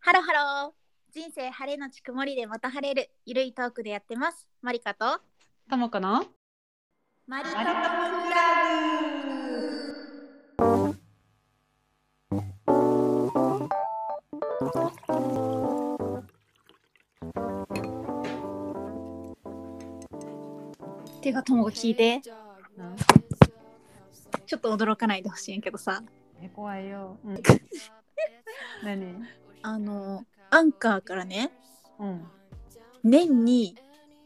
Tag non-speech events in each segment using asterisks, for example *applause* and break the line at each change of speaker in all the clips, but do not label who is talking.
ハローハロー。人生晴れのち曇りでまた晴れるゆるいトークでやってます。マリカと
ともかの
マリ
カと
てかとも聞いて
なん
ちょっと驚かないでほしいんやけどさ
え怖いよ、うん、何
あのアンカーからね
うん
年に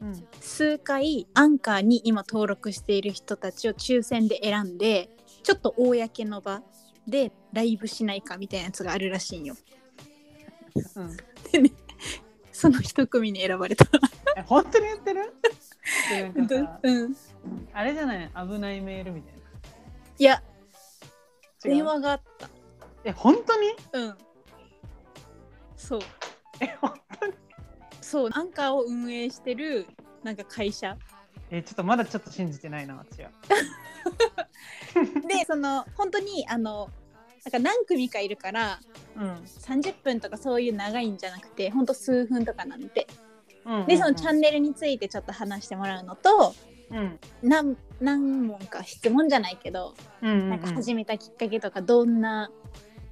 うん
数回アンカーに今登録している人たちを抽選で選んでちょっと公の場でライブしないかみたいなやつがあるらしいんよ。 *laughs*
うん
でねその一組に選ばれた。
え本当に言ってるでなんかさ
うん、
あれじゃない危ないメールみたいない
や
違う
電話があった。
え本当に
うん。そう。
えほん
そう。アンカーを運営してるなんか会社。
えちょっとまだちょっと信じてないな私は *laughs*
で、その本当にあのなんか何組かいるから
うん
30分とかそういう長いんじゃなくて、本当数分とかなんて。
うん
で、そのチャ
ン
ンネルについてちょっと話してもらうのと、
うん
何何問か質問じゃないけど、
うん
なんか始めたきっかけとかどんな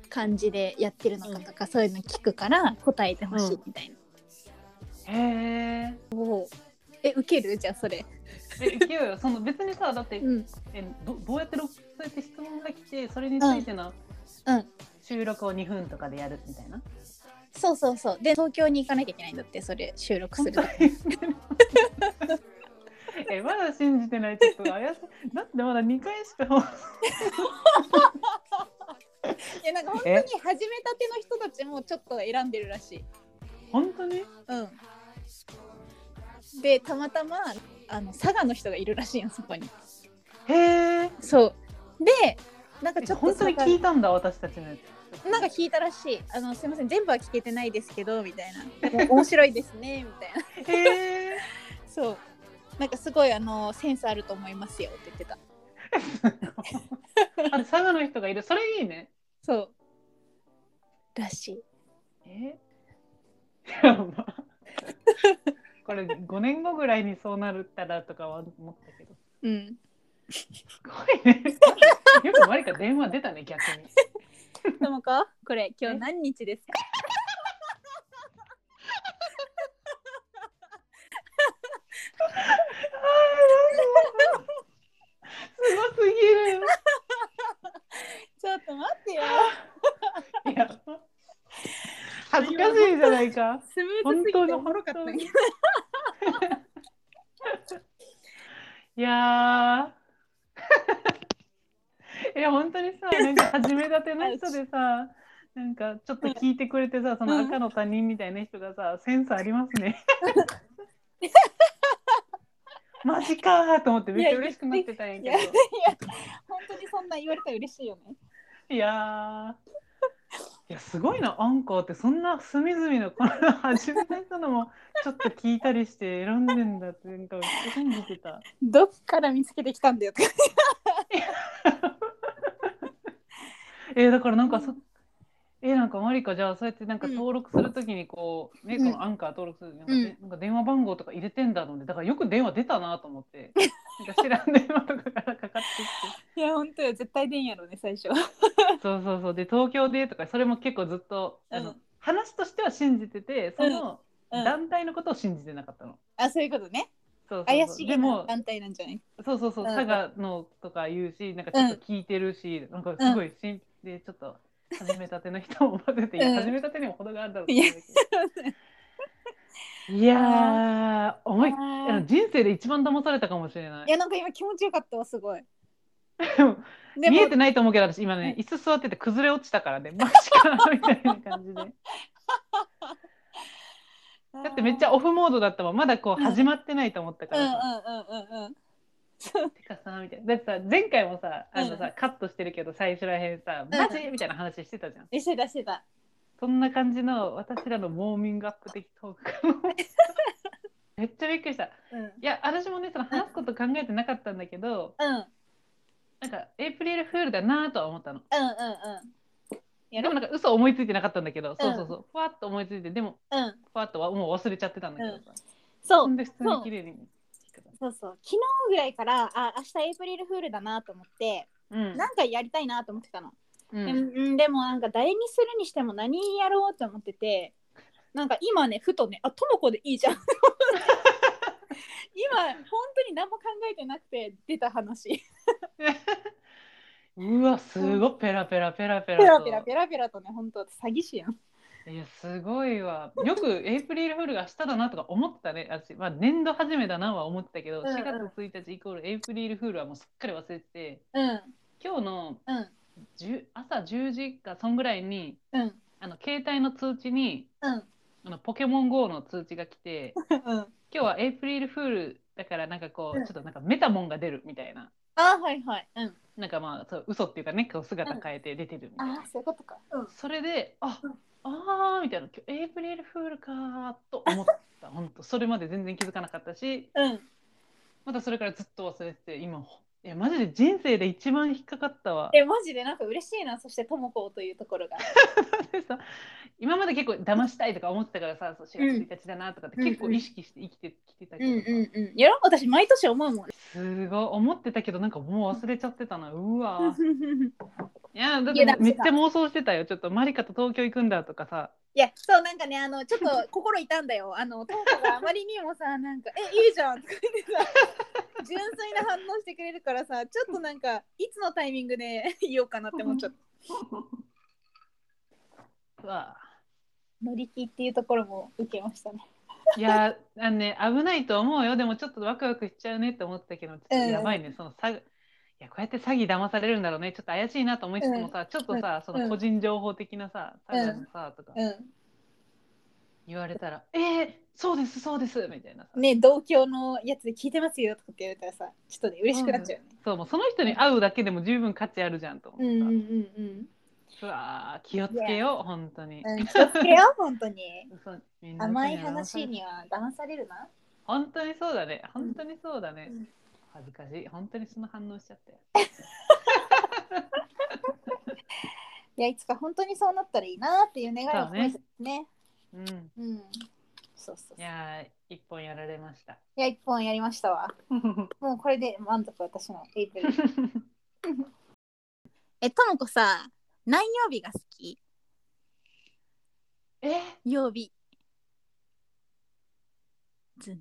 感じでやってるのかとか、そういうの聞くから答えてほしいみたいな。
へえ
え、受けるじゃあそれ。
えいけよその別にさだって
うん。
えどどうやって録そうやって質問が来てそれについての
うん。
収録を2分とかでやるみたいな、
そうそうそう。で、東京に行かなきゃいけないんだって、それ収録す *laughs* る。
*laughs* えまだ信じてないちょっと怪しいだってまだ2回しか *laughs*
いや、なんか本当に始めたての人たちもちょっと選んでるらしい。
本当に
うん。で、たまたま、あの、佐賀の人がいるらしいよ、そこに。
へえ
そう。で、なんかちょっと
本当に
佐賀
聞いたんだ私たちのやつ
なんか聞いたらしい。あの、すいません、全部は聞けてないですけど、みたいな。面白いですね、みたいな。
へえ
*laughs* そう。なんかすごい、あの、センスあると思いますよって言ってた。
あ佐賀の人がいるそれいいね
そう。らしい。
えやばこれ5年後ぐらいにそうなったらとかは思ったけど
うん。
すごい
*laughs*
ねよくマリカ電話出たね逆に
ともこ、これ、今日
え
何日ですか。
すごすぎ
ちょっと待ってよ。
るやば恥ずかしいじゃないか
スムー
本
ズすぎて
当に
おもろかったね。
いやー *laughs* いや本当にさなんか始めたての人でさなんかちょっと聞いてくれてさその赤の他人みたいな人がさセンスあります *laughs* ねマジかーと思ってめっちゃ嬉しくなってたんやけど
いや本当にそんな言われたら嬉しいよね。
いやーいやすごいなアンカーってそんな隅々のこの始めた人のもちょっと聞いたりして選んでんだってなんか信じてた。
どっから見つけてきたんだよとか。
えーだからなんかそ、えーなんかマリカじゃあそうやってなんか登録するときにこう、ね
うん
このアンカー登録するなんかで、なんか電話番号とか入れてんだのでだからよく電話出たなと思って
*laughs*
なんか知らん電話とかからかかって
い
き
や、本当よ、絶対出んやろね、最初。
てそうそうそうで東京でとかそれも結構ずっとあの、
うん
話としては信じててその
うん、
団体のことを信じてなかったの。
あ、そういうことね。
そうそうそう
怪しげ
で
な
も
団体なんじゃない。
そうそうそう、
うん
佐賀のとか言うし、なんかちょっと聞いてるし、なんかすごい新でちょっと始めたての人も混ぜて、いや
うん
始めたてにも程があるだろうと思うんだけどいやー、思いっいや
い
人生で一番騙されたかもしれない。
や、なんか今気持ちよかったわ、すごい。
でも
で
見え
も
て、ないと思うけど、私今ね、椅子座ってて崩れ落ちたからね、マジかみたいな感
*laughs*
じで。だってめっちゃ
お。
オフモードだったもん、まだこう
うん
始まってないと思ったか
うんうん
ら
う
さ。
んうんうん。
てかさ、みたいな。だってさ、前回もさ、あのさ、
うん
カットしてるけど、最初らへんさ、マジみたいな話してたじゃん。
え、してたしてた。
そんな感じの私らのウォーミングアップ的トークの
*laughs*
めっちゃびっくりした。い
うん。
や私もねその話すこと考えてなかったんだけど
うんうん
なんかエイプリルフールだなとは思ったの。
うんや
で
ろ
もなんか嘘思いついてなかったんだけど、そうそうそうふわっと思いついてでも
うん
ふわっとはもう忘れちゃってたんだけどさ、
そ
ほ
うん
で普通に綺麗に
そうそう昨日ぐらいからあ明日エイプリルフールだなと思って
うん
なんかやりたいなと思ってたの、う
う
んんうん、でもなんか誰にするにしても何やろうと思っててなんか今ねふとねあともこでいいじゃん今本当に何も考えてなくて出た話
うわすごいペラペラペラペ
ペ
ラ
ラ
と
ペラペラペラとね本当詐欺師やん
いやすごいわよくエイプリルフールが明日だなとか思ってたね私、まあ、年度始めだなは思ってたけど、
うんうん
4月1日イコールエイプリルフールはもうすっかり忘れてて
うん
今日の
うん
10朝10時かそんぐらいに
うん
あの携帯の通知に
うん
あのポケモン GO の通知が来
*laughs*
て
うん
今日はエイプリルフールだからなんかこ
う
うんちょっとなんかメタモンが出るみたいな
あはいはいうん
なんかまあそう嘘っていうかねこう姿変えて出てるみたいな、
あそういうことかうん
それであ
うん
あーみたいな今日エイプリルフールかーと思っ
*laughs*
た本当それまで全然気づかなかったし
うん
またそれからずっと忘れてて今ほいやマジで人生で一番引っかかったわ
えマジでなんか嬉しいなそしてともこというところが
でさ今まで結構騙したいとか思ってたからさそう4月1日だなとかって
うん
結構意識して生きてきてたけどさ、
うんやろ私毎年思うもん
すごい思ってたけどなんかもう忘れちゃってたなうわーいやだっ
油断
てめ
し
って
た
ちゃ妄想してたよちょっとマリカと東京行くんだとかさ
*laughs* いやそうなんかねあのちょっと心痛んだよあのトモコがあまりにもさなんか「えいいじゃん」とか言って *laughs* さ純粋な反応してくれるからさちょっとなんかいつのタイミングで *laughs* 言おうかなって思っちゃった
うわ
乗り気っていうところも受けましたね
ーいやーあのね危ないと思うよでもちょっとワクワクしちゃうねって思ってたけどちょっと
うん
やばいね、その詐欺いやこうやって詐欺騙されるんだろうねちょっと怪しいなと思いつつもさ、ちょっとさその個人情報的なさ、
うん
詐欺のさとか
う
言われたら「えー、そうですそうです」みたいなさ、
んね同郷のやつで聞いてますよとかって言われたらさちょっとね嬉しくなっちゃうよね
そうもうその人に会うだけでも十分価値あるじゃんと思っ
う
た、
んうんうん
うわー気をつけよう本当に、
うん、うん、気をつけよう *laughs* 本当に
嘘みんな
甘い
嘘に騙され
話には騙されるな
本当にそうだね本当にそうだね、
うん
恥ずかしい本当にその反応しちゃったよ
いやいつか本当にそうなったらいいなっていう願いを込めてね
うん
うんそうそうそう
いやー一本やられました
いや、一本やりました *laughs* わ。もうこれで満足、私のエイプリル。 *laughs* え、ともこさ、何曜日が好き
え
曜日。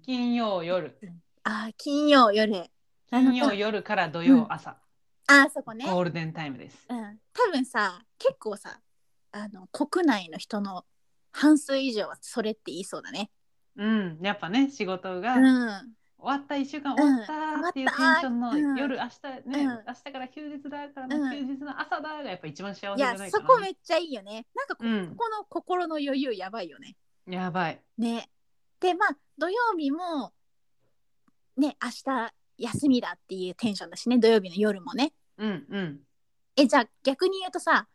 金曜夜
あー、金曜夜。あの
金曜夜から土曜朝、
あー、そこね。
ゴールデンタイムです
うん。多分さ、結構さ、あの、国内の人の半数以上はそれって言いそうだね。
うんやっぱね仕事が
うん。
終
うん。
わった1週間終わったっていうテンションの
うん終わった
夜明日ね、
うん
明日から休日だから
う
の
ん
休日の朝だがやっぱ一番幸せ
い
じゃ
や
な、いか
そ
な
こめっちゃいいよね。なんかこ、
うん
ここの心の余裕やばいよね。
やばい
ね。でまあ土曜日もね明日休みだっていうテンションだしね土曜日の夜もね。
うんうん
えじゃあ逆に言うとさ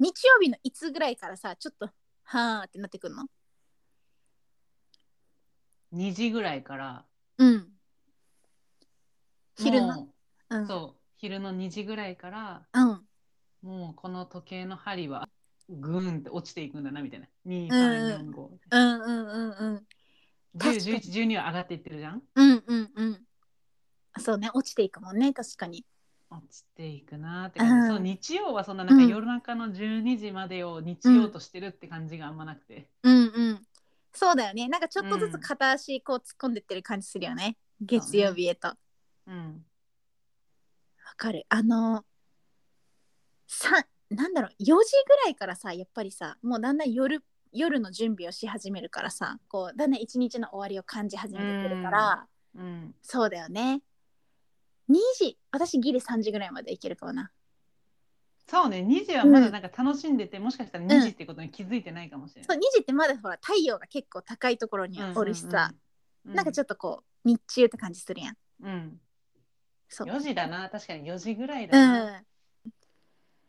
日曜日のいつぐらいからさちょっとはーってなってくるの
2時ぐらいから
うん。昼の。
も
う。
うんそう昼の2時ぐらいから
うん。
もうこの時計の針はグーンって落ちていくんだなみたいな2 3 4
う
5
んうんうんうん。
1 0
確かに
1 1 2は上がっていってるじゃん
うんうんうん。そうね落ちていくもんね確かに。
落ちていくなーって感じ、
うん
そう日曜はそんななんか
うん
夜中の12時までを日曜としてるって感じがあんまなくて、
うんうん。そうだよねなんかちょっとず
うん
つ片足こう突っ込んでってる感じするよね、月曜日へと。
うん、
わかるあのさなんだろう4時ぐらいからさやっぱりさもうだんだん夜夜の準備をし始めるからさこうだんだん一日の終わりを感じ始めてくるから
うん、
そうだよね2時私ギリ3時ぐらいまでいけるかもな
そうね2時はまだなんか楽しんでて、もしかしたら2時ってことに気づいてないかもしれな
そ
い、
う2時ってまだほら太陽が結構高いところに
うん
おるしさ、
う
なんかちょ
っ
っとこう日中って感じするやん
と、うん、
そう
4時だな確かに4時ぐらいだ
う
な、
ん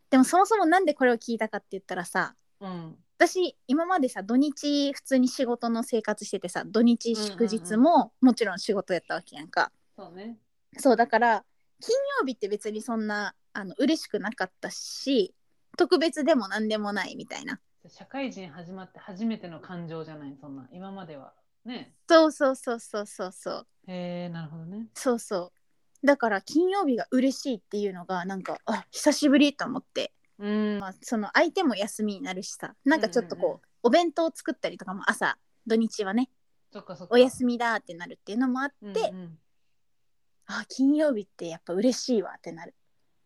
でもそもそもなんでこれを聞いたかって言ったらさ、
うん
私今までさ土日普通に仕事の生活しててさ土日祝日ももちろん仕事やったわけやんか、
そうね
そうだから金曜日って別にそんなあの嬉しくなかったし
特別でも何でもないみたいな
社会人始まって初めての感情じゃないそんな今まではね
そうそうそうそうそうそう
えー、なるほどね
そうそうだから金曜日が嬉しいっていうのがなんかあ久しぶりと思って、
うん
まあ、その相手も休みになるしさなんかちょっとこう,、
うんうんうん
お弁当を作ったりとかも朝土日はね
そっかそっか
お休みだってなるっていうのもあって、
うんうん
あ金曜日ってやっぱ嬉しいわってなる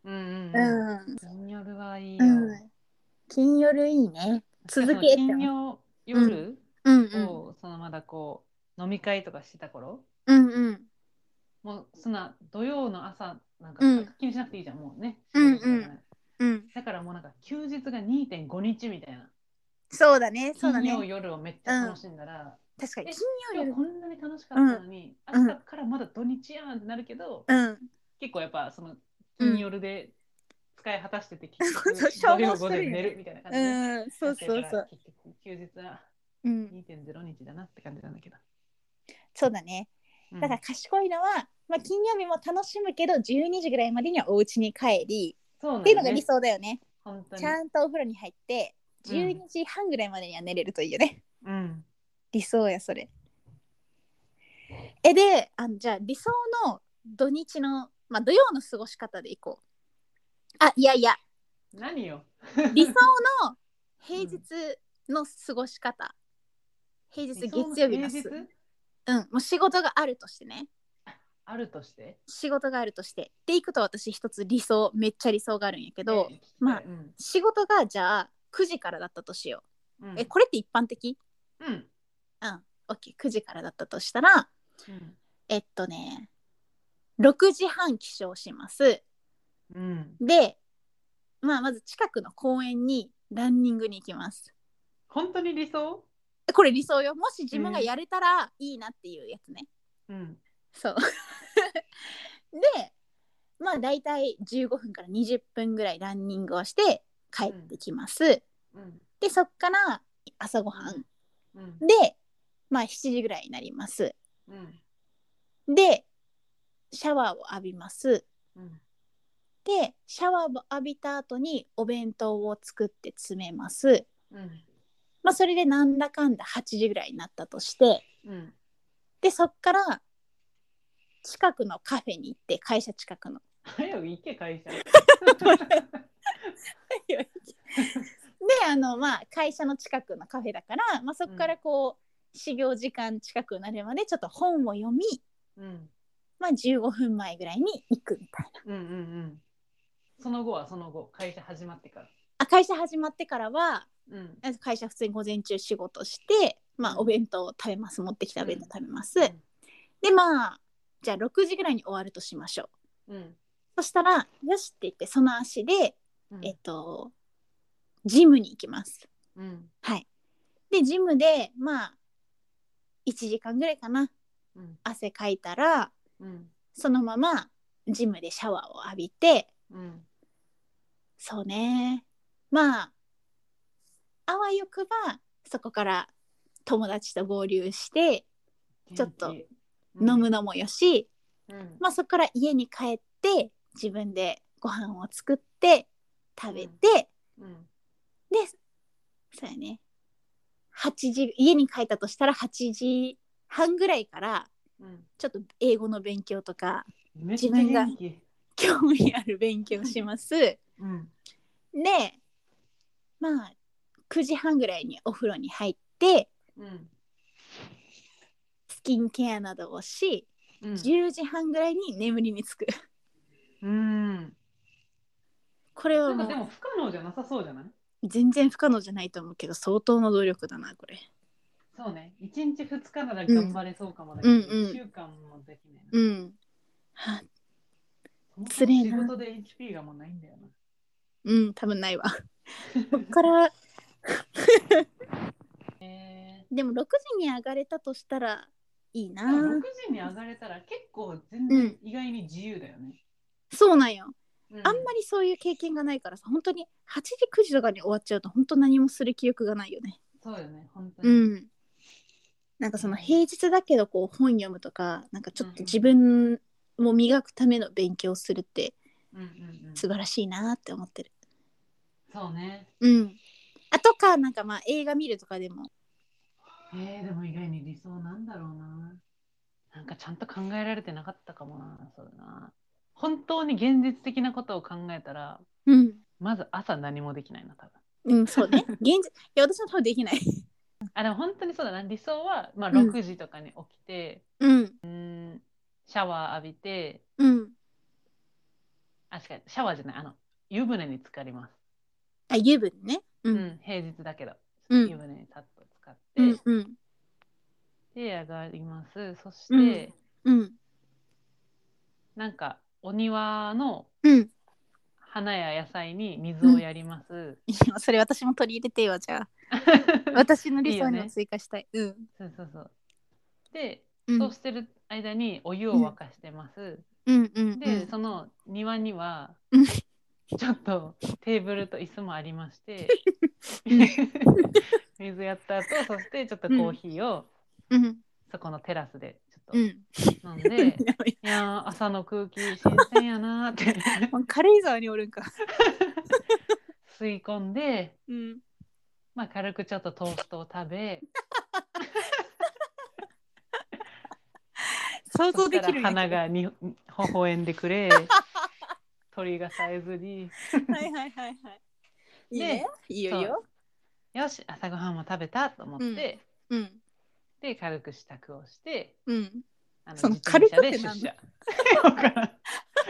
うんうん
う
うん
ん、
金夜はいいよ、
うん、金夜いいね続けて
その金曜夜
うんうん
を、そのまだこう飲み会とかしてた頃
うんうん
もうそんな土曜の朝なんか
うん
気にしなくていいじゃん、もうね、
うんうんうん
だからもうなんか休日が2.5日みたいな
そうだねそうだ
金曜
ね
夜をめっちゃ楽しんだら、
確かに
え
金
今日
曜夜
こんなに楽しかったのに、
うん
明日からまだ土日やんってなるけど、
うん
結構やっぱその
うん
金夜で使い果たしてて結
そうそ
局
う
土
消耗
曜
して
午
るよ
前寝るみたいな感じで、
うんそうそう
だか
そ
ら
う
結局休日は
うん
2.0日だなって感じなんだけど、
そうだね
うん
だから賢いのは、まあ、金曜日も楽しむけど12時ぐらいまでにはお家に帰り
そうなん
っ
だ
ていう
よ
のが理
ね
想だよね
本当に
ちゃんとお風呂に入って
うん
12時半ぐらいまでには寝れるといいよね、
うん
理想やそれえであのじゃあ理想の土日の、まあ、土曜の過ごし方でいこうあいやい
*laughs*
や
何よ
理想の平日の過ごし方、平日月曜日の
理想
す
の平日
うんもう仕事があるとしてね
あるとして
仕事があるとしてっていくと私一つ理想めっちゃ理想があるんやけど、
えー聞きたい
まあ
うん
仕事がじゃあ9時からだったとしよ
う
う、
ん
えこれって一般的
うん
うん OK9 時からだったとしたら
うん
えっとね6時半起床します
うん
で、まあ、まず近くの公園にランニングに行きます
本当に理想
えこれ理想よもし自分がやれたらいいなっていうやつね、
うん
そう *laughs* でまあ大体15分から20分ぐらいランニングをして帰ってきます、
うん
でそっから朝ごはん
うん
でまあ7時ぐらいになります
うん
でシャワーを浴びます
うん
でシャワーを浴びた後にお弁当を作って詰めます
うん
まあそれでなんだかんだ8時ぐらいになったとして
うん
でそっから近くのカフェに行って会社近くの
早く行け会
*laughs*
社
であのまあ会社の近くのカフェだから、まあ、そこからこう、始業時間近くなるまでちょっと本を読み、
うん
まあ、15分前ぐらいに行くみたいな
うんうんうん。その後はその後、会社始まってから。
あ会社始まってからは
うん。
会社普通に午前中仕事して、まあ、
うん
お弁当を食べます持ってきたお弁当食べます、
うん
でまあじゃあ6時ぐらいに終わるとしましょう
うん。
そしたらよしって言ってその足で
うん
えっとジムに行きます
うん。
はい。で、ジムで、まあ、1時間ぐらいかな。
うん。
汗かいたら、
うん。
そのまま、ジムでシャワーを浴びて、
うん。
そうね。まあ、あわよくば、そこから友達と合流して、ちょっと
元気
飲む。のもよし、
うん。
まあ、そこから家に帰って、自分でご飯を作って、食べて、
うん。
そうやね。8時、家に帰ったとしたら8時半ぐらいから、
うん。
ちょっと英語の勉強とか
めっちゃ元気。
興味ある勉強します。で
うん。
まあ9時半ぐらいにお風呂に入って
うん。
スキンケアなどをし
うん。
10時半ぐらいに眠りにつく。 *laughs*
うん。
これは
なん
も
かで
う
も不可能じゃなさそうじゃない
全然不可能じゃないと思うけど相当の努力だなこれ。
そうね。一日二日なら頑張れそうかもだけ
う
ど、
んうんうん
一週間もできないな。
うん。は
そ
つれ
も
え
そも仕
な
事で HP がもうないんだよな。
うん多分ないわ。こっから
え
でも6時に上がれたとしたらいい
ー、でも
な
6。時に上がれたら結構全然意外に自由だよね。
そうなんよ。
う
あんまりそういう経験がないからさ本当に8時9時とかに終わっちゃうと本当何もする記憶がないよね。
そうよね、本当に。
うん。なんかその平日だけどこう本読むとかなんかちょっと自分を磨くための勉強をするって
うんうんうん、
素晴らしいなって思ってる。
そうね。
うんあとかなんかまあ映画見るとかでも
えー、でも意外に理想なんだろうな。なんかちゃんと考えられてなかったかもな、そうだな。本当に現実的なことを考えたら、
うん
まず朝何もできないな、多
うんそうね現実いや私の方できない
分。あ、でも本当にそうだな。理想は、まあ、
うん
6時とかに起きて、
うん
シャワー浴びて、
うん
あ、違う、シャワーじゃない、あの、湯船に浸かります。
あ油分ねう
うんん、平日だけど、
うん
湯船にさっと浸かって、
うんうん
で、上がります。そして、
うんうん
なんか、お庭の
うん *laughs*
花や野菜に水をやります。
*laughs* いやそれ私も取り入れてよじゃあ私の理想にも追加したい
そうそうそう。で、
うんう
そ
ん
うしてる間にお湯を沸かしてます。
うんうんう
で、
ん
その庭には
うん
ちょっとテーブルと椅子もありま
*laughs*
して、 *laughs* 水やった後、そしてちょっとコーヒーを
うん
そこのテラスでちょ
う
っ
ん
と飲んで、いやー朝の空気新鮮やなーって
*laughs* もう軽井沢におるんか
吸い込んで、
うん
まあ軽くちょっとトーストを食べ、そ
想像
し
で
た
き
ら
る
花がに微笑んでく
*laughs*
れ鳥がさえずり
はいはいはいはい
*laughs*
いいねいいよいいよ
よし朝ごはんも食べたと思って、
うんうん
で軽く支度をして
うん
あ
その
自転車で
軽くってなんだ
出社わからん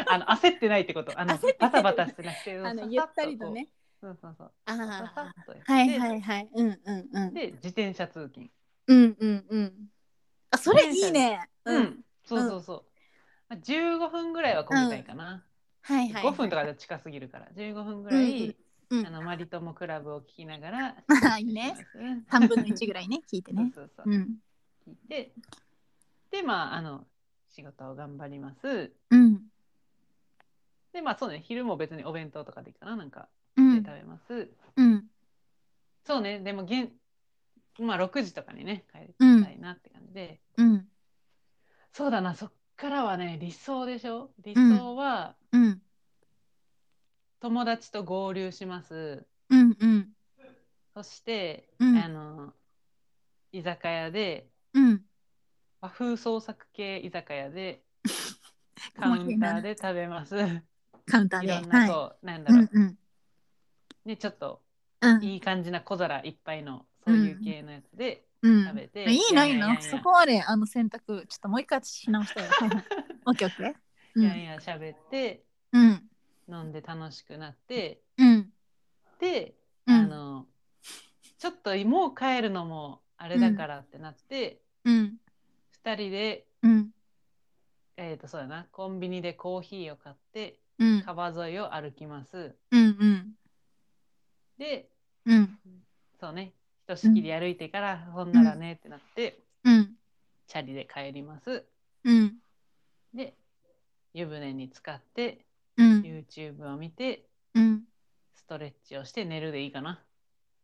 あの焦ってないってことあの
焦ってない
バタバタしてなくて
あの
さ
ゆ
さ
っ
と
たりとね
こうそうそうそうさ
あ
さ
あ
っとやって
はいはいはいうんうんうん
で自転車通勤
うんうんうんあそれいいね
うん、そうそうそう、まあ15分ぐらいは混みたいかな、
はいはい
5分とかじゃ近すぎるから15分ぐらい、
うんうん
あのマリトモクラブを聞きながら
*laughs* まあいいね
うん
3分の1ぐらいね聞いて
そう
ね
そう *laughs* そう
う、ん
聞いてでまああの仕事を頑張ります
うん
でまあそうね昼も別にお弁当とかでいいかななんか
う
で
ん
食べます、
うん
そうねでも現まあ6時とかにね帰り
うん
たいなって感じで、
うん
そうだなそっからはね理想でしょ理想は
うん
友達と合流します
うんうん
そして、
うん
あの居酒屋で
うん
和風創作系居酒屋でカ
細
ウ
かいな
ンターで食べます。
カウンター
い
で
ろ
は
んなこ、
いう
なんだ
う
ろ
ん
う、
うん
ね、ちょっと
うん
いい感じな小皿いっぱいのそういう系のやつで、
うん
食べて
いいないい
やいやいやい
な
や
そこまであの選択ちょっともう一回し直したいわオッケーオッケーう
いやい
ん
や喋って
うん
飲んで楽しくなって
うん
で、
うん
あのちょっともう帰るのもあれだからってなって、
うん
2人で、
うん
えー、とそうだなコンビニでコーヒーを買って
うん
川沿いを歩きます。
うんうん
で
うん
そうねひとしきり歩いてから、そんならねってなって
うん
チャリで帰ります。
うん
で湯船に浸かって
うん
YouTube を見て
うん
ストレッチをして寝るでいいかな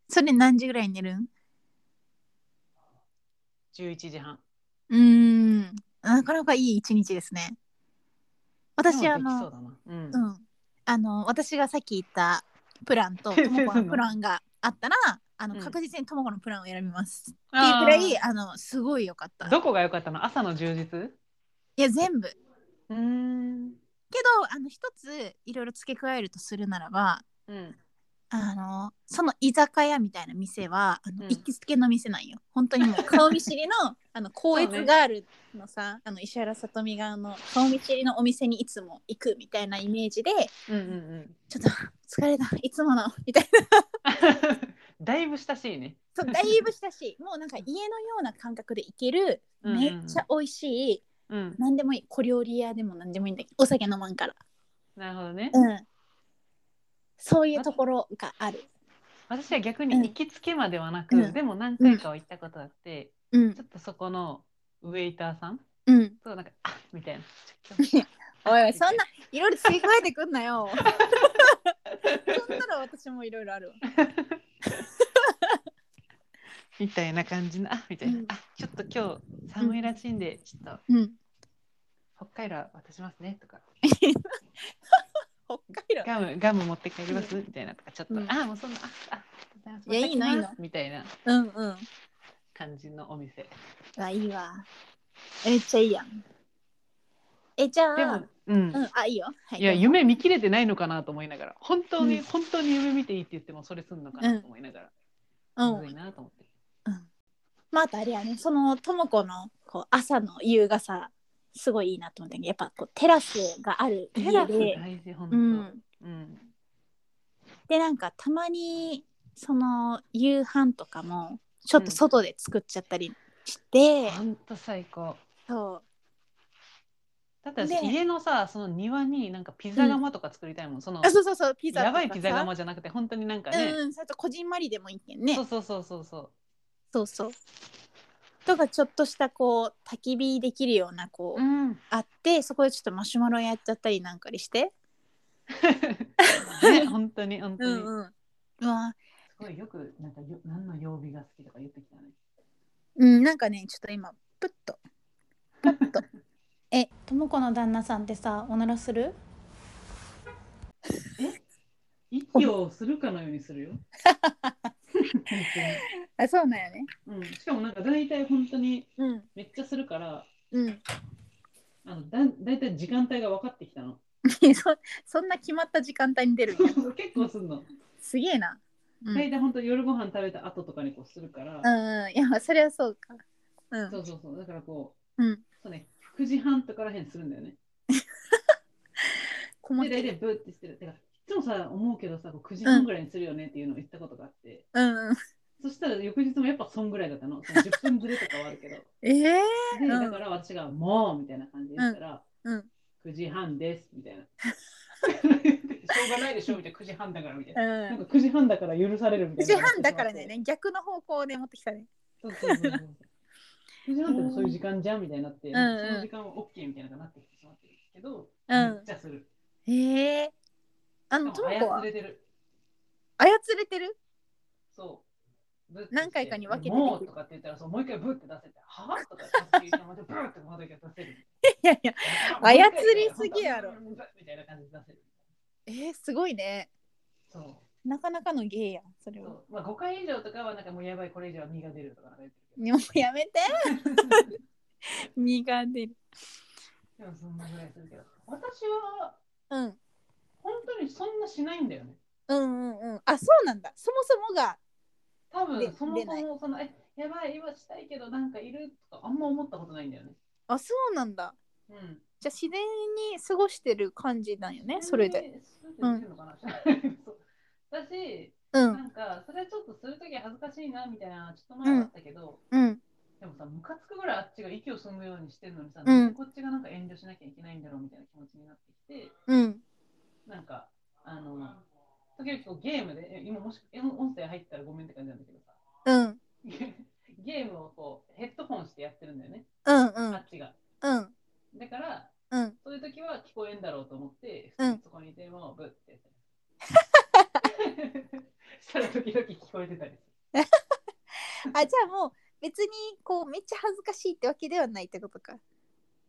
それ何時ぐらいに寝るん
11時半
うーんなかなかいい一日ですね私あ
でもできそう
の
だなうん
うんあの私がさっき言ったプランとと
訂正す
も
んの
このプランがあったらあの
うん
確実にともこのプランを選びます、っていう
あ
く
ー
らいあのすごい良かった
どこが良かったの朝の充実
いや全部
うーん
けどあの一ついろいろ付け加えるとするならば
うん
あのその居酒屋みたいな店はあの、
うん
行きつけの店なんよ本当に
*laughs*
もう顔見知りのあの高
そう
越
ね
ガールのさ、あの石原さとみがあの顔見知りのお店にいつも行くみたいなイメージで
うんうんうん
ちょっと疲れたいつものみたいな
*laughs* だいぶ親しいね
そうだいぶしたしもうなんか家のような感覚で行ける
うんうん
めっちゃ美味しい、
うん
何でもいい小料理屋でも何でもいいんだけどお酒飲まんから、
なるほどね、
うん、そういうところがある。
私は逆に
うん
行きつけまではなく、
うん
でも何回かは行ったことあって、
うん
ちょっとそこのウェイターさん
うん
そうなんかあみたいな
*laughs* おいおいそんないろいろ付け加えてくんなよ。そんなら私もいろいろあるわ。
みたいな感じのあみたいな、
うん
あちょっと今日寒いらしいんで、ちょっと
うん。
北海道は渡しますねとか
北海道
ガムガム持って帰りますみたいなとかちょっと、
うん
あもうそんなああありがとうござます
いやいいの
また来ます
いいの
みたいな
うんうん
感じのお店
あいいわめっちゃいいやんえじゃあ
でもうん、
うんあいいよ、はい、
いや
どうぞ
夢見切れてないのかなと思いながら本当に、
うん
本当に夢見ていいって言ってもそれすんのかなと思いながら、
う
むず
ん
いなと思って
うんまああとあれやねそのとも子のこう朝の優雅さすごいいいなと思ったけどやっぱこうテラスがある
テ
家
ラス
で、
大事本当、
う
うん
ん、
うん
でなんかたまにその夕飯とかもちょっと外で作っちゃったりして、
本当最高
そう
だって私
で
家のさその庭になんかピザ窯とか作りたいもん、その
あそうそうそうピザ
やばいピザ
がま
窯じゃなくて本当になんか
うん
ね、
うんそれとこじんまりでもいいけんね
そうそうそうそうそう
そうそうとかちょっとしたこう焚き火できるようなこう、
んね
あってそこでちょっとマシュマロやっちゃったりなんかりして
本当に本当
う
に、
んうんうわ
すごいよくなんかよ何の曜日が好きとか言ってきたね
うんなんかねちょっと今プッとプッ *laughs* とえとも子の旦那さんってさおならする
息をするかのようにす
*laughs*
るよ本
あそうなんよね
当に、うん、しかもなんか大体本当に
うん
めっちゃするから
うん
あのだ大体時間帯が分かってきたの *laughs*
*laughs* そそんな決まった時間帯に出るんや
結構すんの、
すげえなうん、う
大体本当夜ご飯食べた後とかにこうするから、
んうん、いやそれはそうかうん
そうそうそうだからこ
うん
うそうね9時半とからへんするんだよね
こもっ
で大
て
体ブーってしてるてかいつもさ思うけどさこう9時半ぐらいにするよねっていうのを言ったことがあって、
うんうん
そしたら翌日もやっぱそんぐらいだったの。その10分ずれとかはあるけど。
ええ
で、
*laughs* うん
だから私がもうみたいな感じで言ったら、
うん
9時半ですみたい
*laughs*
な。しょうがないでしょみたいな。9時半だからみたいな。
う
なんんか9時半だから許されるみた
9
いな。
時半だからね。逆の方向で持ってきたね。
そうそうそうそう。9時半ってもうそういう時間じゃんみたいになって、
ん
なんかその時間は OK みたいなのになってきてしまってるけど、
うん
めっちゃする。
へえ。あの、
しか
とも
も
子は
操れてる。
操れてる
そう。ブッてして
何回かに分けて
もうとかって言ったらそう、もう一回ブーって出せて、はぁとかって言って、またブーってまた出せる。
いやいや。操りすぎやろ
みたいな感じで出せる。
えー、すごいね。
そう。
なかなかの芸やん、それ
そ
は。
うまあ、5回以上とかはなんかもうやばいこれ以上は身が出るとかなんか言ってる
もうやめ *laughs* て。身が出る。
けど。でもそんなぐらいするけど。私は
うん。
本当にそんなしないんだよね。
うんうんうん。あ、そうなんだ。そもそもが。
多
で
分そも
出
そ
ない
もその、え、やばい、今したいけどなんかいるとかあんま思ったことないんだよね。
あ、そうなんだ。
うん。
じゃあ自然に過ごしてる感じなんよね、それで。
え。それでいいのかな *laughs* そうだし、
うん。
なんか、それちょっとするとき恥ずかしいなみたいな、ちょっと前はあったけど、
うん。
でもさ、ムカつくぐらいあっちが息を吸むようにしてるのにさ、
うん
なんでこっちがなんか遠慮しなきゃいけないんだろうみたいな気持ちになってきて、
うん。
なんか、あの、時々こうゲームで、え今もしえ音声入ったらごめんって感じなんだけどさ、
うん。
ゲームをこうヘッドホンしてやってるんだよね、
うんう
あ
ん。
っちが。
うん。
だから、
うん。
そういう時は聞こえんだろうと思って、
うん
普通にそこにいてもブッてやってる。
*laughs*
したら時々聞こえてたりす
あ、じゃあもう別にこうめっちゃ恥ずかしいってわけではないってことか。
る。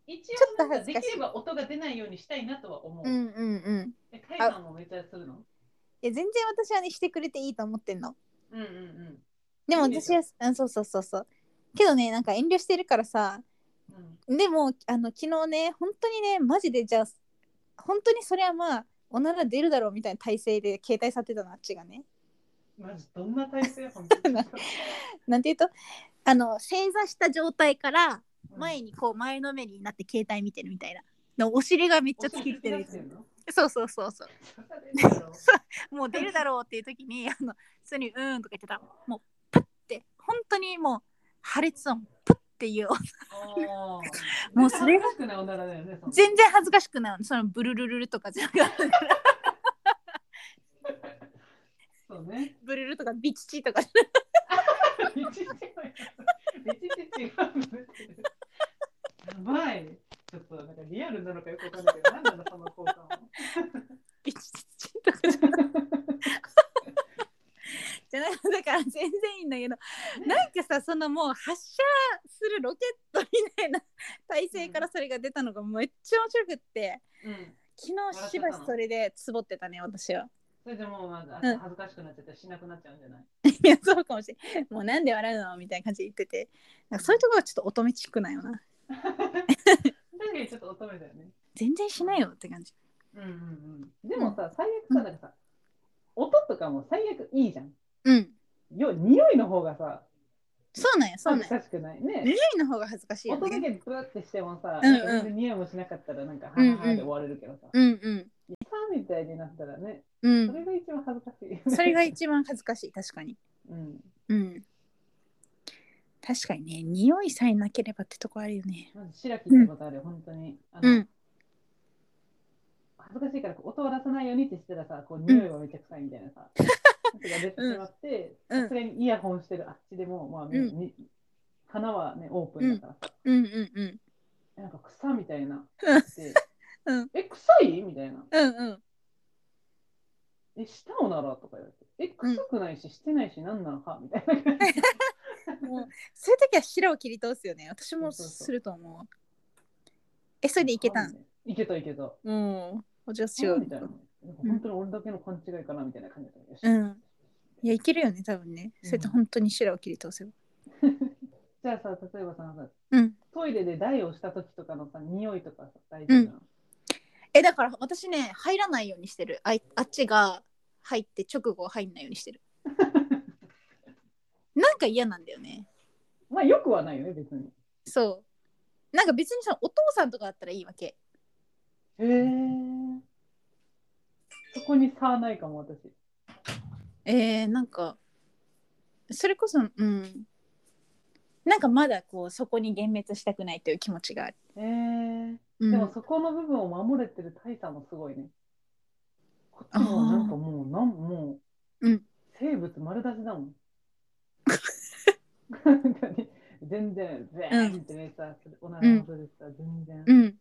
一
ちょっと
応なんか
恥
で
ずかしい
きれば音が出ないようにしたいなとは思う。
うんうんうん。
え、タイガーもめっちゃするの
いや全然私はねしてくれていいと思ってんの
うんうんうん
でも
いいで
私
しょ
はあそうそうそうそうけどねなんか遠慮してるからさ
うん。
でもあの昨日ね本当にねマジでじゃあ本当にそれはまあおなら出るだろうみたいな体勢で携帯さってたのあっちがね
マジどんな体勢本当に
なんていうとあの正座した状態から
うん
*laughs* 前にこう前のめりになって携帯見てるみたいなのお尻がめっちゃ突き出てる
お尻突き出してんの
そうそうそうそう
刺されるだ
*laughs*
ろう
もう出るだろうっていう時に
*laughs*
あの普通に「うーん」とか言ってたらもうプッて本当にもう破裂音プッていう
あー
もうそれが
恥ずかしくないおならだよね。その
全然恥ずかしくないのそのブルルルルとかじゃなくて
そうね。
ブルルとかビチチとか
道違い。道違い。やばい。ちょっとなんかリアルなのかよくわかんないけど、なんなのその効果も。
ビチチとかじゃなじゃなくてだから全然いいんだけどなんかさそのもう発射するロケットみたいな体勢からそれが出たのがめっちゃ面白くって
うん。
昨日しばしそれでつぼってたね私は *laughs*
それでもうまだ
うん
恥ずかしくなっちゃってしなくなっちゃうんじゃない、
いやそうかもしれんもうなんで笑うのみたいな感じで言っててなんかそういうところがちょっと乙女チックなよな
確かにちょっと乙女だよね。
全然しないよって感じ
うんうんうん。でもさ、最悪さ、だからさ、音とかも最悪いいじゃん。
うん
よ匂いの方がさ、
そうなんやそうなん
恥ず
や
かしくないね。
ルイの方が恥ずかしいよ
音だけ
ね
ブワってしてもさ、
うんうん
なんか別に匂いもしなかったらなんかはーはーで終われるけどさ、さ、
うんうん
みたいになったらね、
う
そ
ん
れが一番恥ずかしいよね。
それが一番恥ずかしい確かに
うん。
うん確かにね匂いさえなければってとこあるよね
まず白木ってことあるよ、本当に。あの
うん
恥ずかしいからこう音を出さないようにってしてたらさ、こう匂いはめちゃくさいみたいなさ、やつが出てしまって、
うん
さすがにイヤホンしてるあっちでも、まあ、
ん
に花はね、オープンだからさ、
うんうんうん
なんか草みたいな。
うん
で
うん
え、臭いみたいな。
うんうん
え、したおならとか言われて。え、臭くないし、してないし、なんなのかみたいな。
もうそういう時は白を切り通すよね私も
そうそうそう
すると思うえそれでいけたん
いけたいけた。
うんお女子
違
を
うみたいな。なんか本当に俺だけの勘違いかなみたいな感じだった
う
よし
んいやいけるよね多分ねそれと
うん
本当に白を切り通せば
じゃあさ、例えばさ、
うん
トイレで台をした時とかのさ、匂いとかさ、大事なの。
えだから私ね入らないようにしてるあいあっちが入って直後入んないようにして *laughs* るなんか嫌なんだよね
まあ、よくはないよね、別に。
そうなんか別にさお父さんとかだったらいいわけ
へえ。そこに差はないかも、私。
えー、なんかそれこそうんなんかまだこうそこに幻滅したくないという気持ちがある、
ええ。
うん、
でも、そこの部分を守れてる大佐もすごいね。こっちもなんかもう、なんもう、
うん
生物丸出しだも
*laughs*
ん。なんかね全然、全然ってね、さ、おならもするしさ、全然。
うん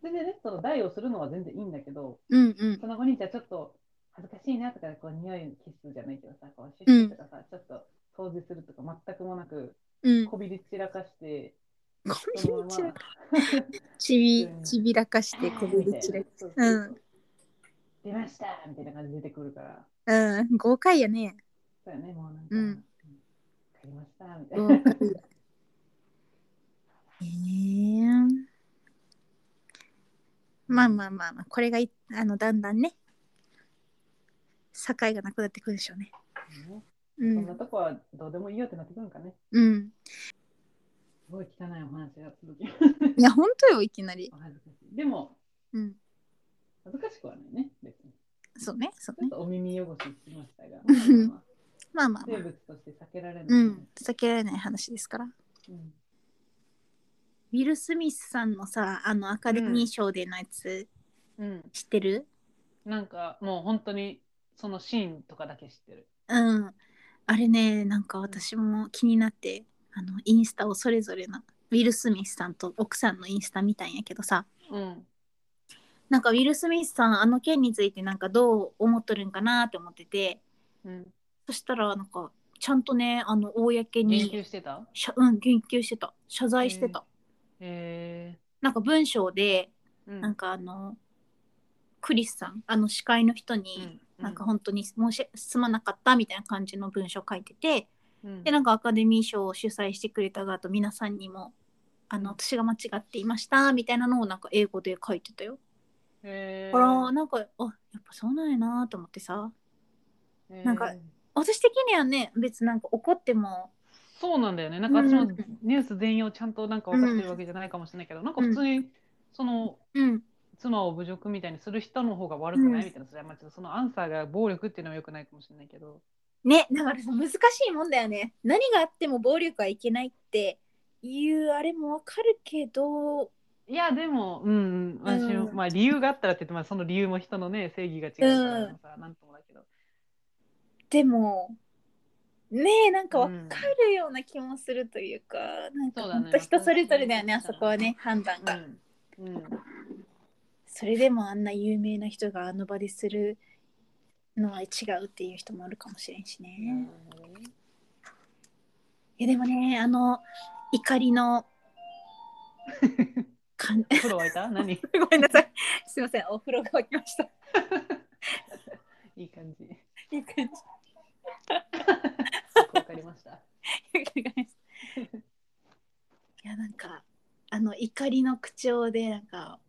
それでね、その代をするのは全然いいんだけど、
うんうん
その後にじゃあちょっと恥ずかしいなとか、こう匂いキスじゃないけどさ、こうシュッシュッとかさ、ちょっと掃除するとか全くもなく、
うん
こびり散らかして、
こび
その
り
まま
散らかちび
うん
ちびらかしてこびり散らかうん
出ましたみたいな感じで出てくるから、
うん豪快やね
そうやね、もうなんか、
うん
わかりましたみたい
豪
な。
快えー、まあまあまあまあこれがいあのだんだんね境がなくなってくるでしょうね
ね
う
そんなんとこはどうでもいいよってなってくるんかね。
うん
すごい汚いお話が続き、
いや本当よいきなり
お恥ずかしい。でも、
うん
恥ずかしくはないね、別に。
そうねそう
ちょっ
ね
とお耳汚ししましたが、
うんまあまあま
生
あ
物として避けられない。
うん避けられない話ですから
うん
ウィル・スミスさんのさあのアカデミー賞でのやつ
うん、
知ってる
なんかもう本当にそのシーンとかだけ知ってる。
うん、あれねなんか私も気になってあのインスタをそれぞれのウィル・スミスさんと奥さんのインスタ見たんやけどさ
うん。
なんかウィル・スミスさんあの件についてなんかどう思っとるんかなって思ってて
うん、
そしたらなんかちゃんとねあの公
言
に
及してた
しゃ、うん、言及してた謝罪してた、
へ
なんか文章で
え。
なんかあのクリスさんあの司会の人に、なんか、本当に申しすまなかったみたいな感じの文章書いてて、
うん、
でなんかアカデミー賞を主催してくれたがと皆さんにもあの
うん
私が間違っていましたみたいなのをなんか英語で書いてたよ。
へ
あ
ー
らなんかあやっぱそうなんやなと思ってさ
へー
なんか私的にはね別になんか怒っても
そうなんだよね。なんか私も
うん
ニュース全容ちゃんとなんか分かってるわけじゃないかもしれないけど、なんか普通にその
うん
妻を侮辱みたいにする人の方が悪くな
うん
いみたいな、それはまあちょっとそのアンサーが暴力っていうのは良くないかもしれないけど。
ねだからさ難しいもんだよね何があっても暴力はいけないっていうあれもわかるけど
いやでも、うん、うん私も
うん
まあ理由があったらって言って、まあ、その理由も人のね正義が違うから
うん
さ、なんともだけど。
でもねえなんかわかるような気もするというか、なんか
そうだね
ほんと人それぞれだよねあそこはね判断が。
うん、うん、
それでもあんな有名な人があの場でするのは違うっていう人もあるかもしれんしね。
*laughs*
いやでもねあの怒りのかん
お
*laughs*
風呂沸いた何 *laughs*
ごめんなさいすいませんお風呂が沸きました
いい感じ。
いい感じ
よくわかりました。
いやなんかあの怒りの口調でなんか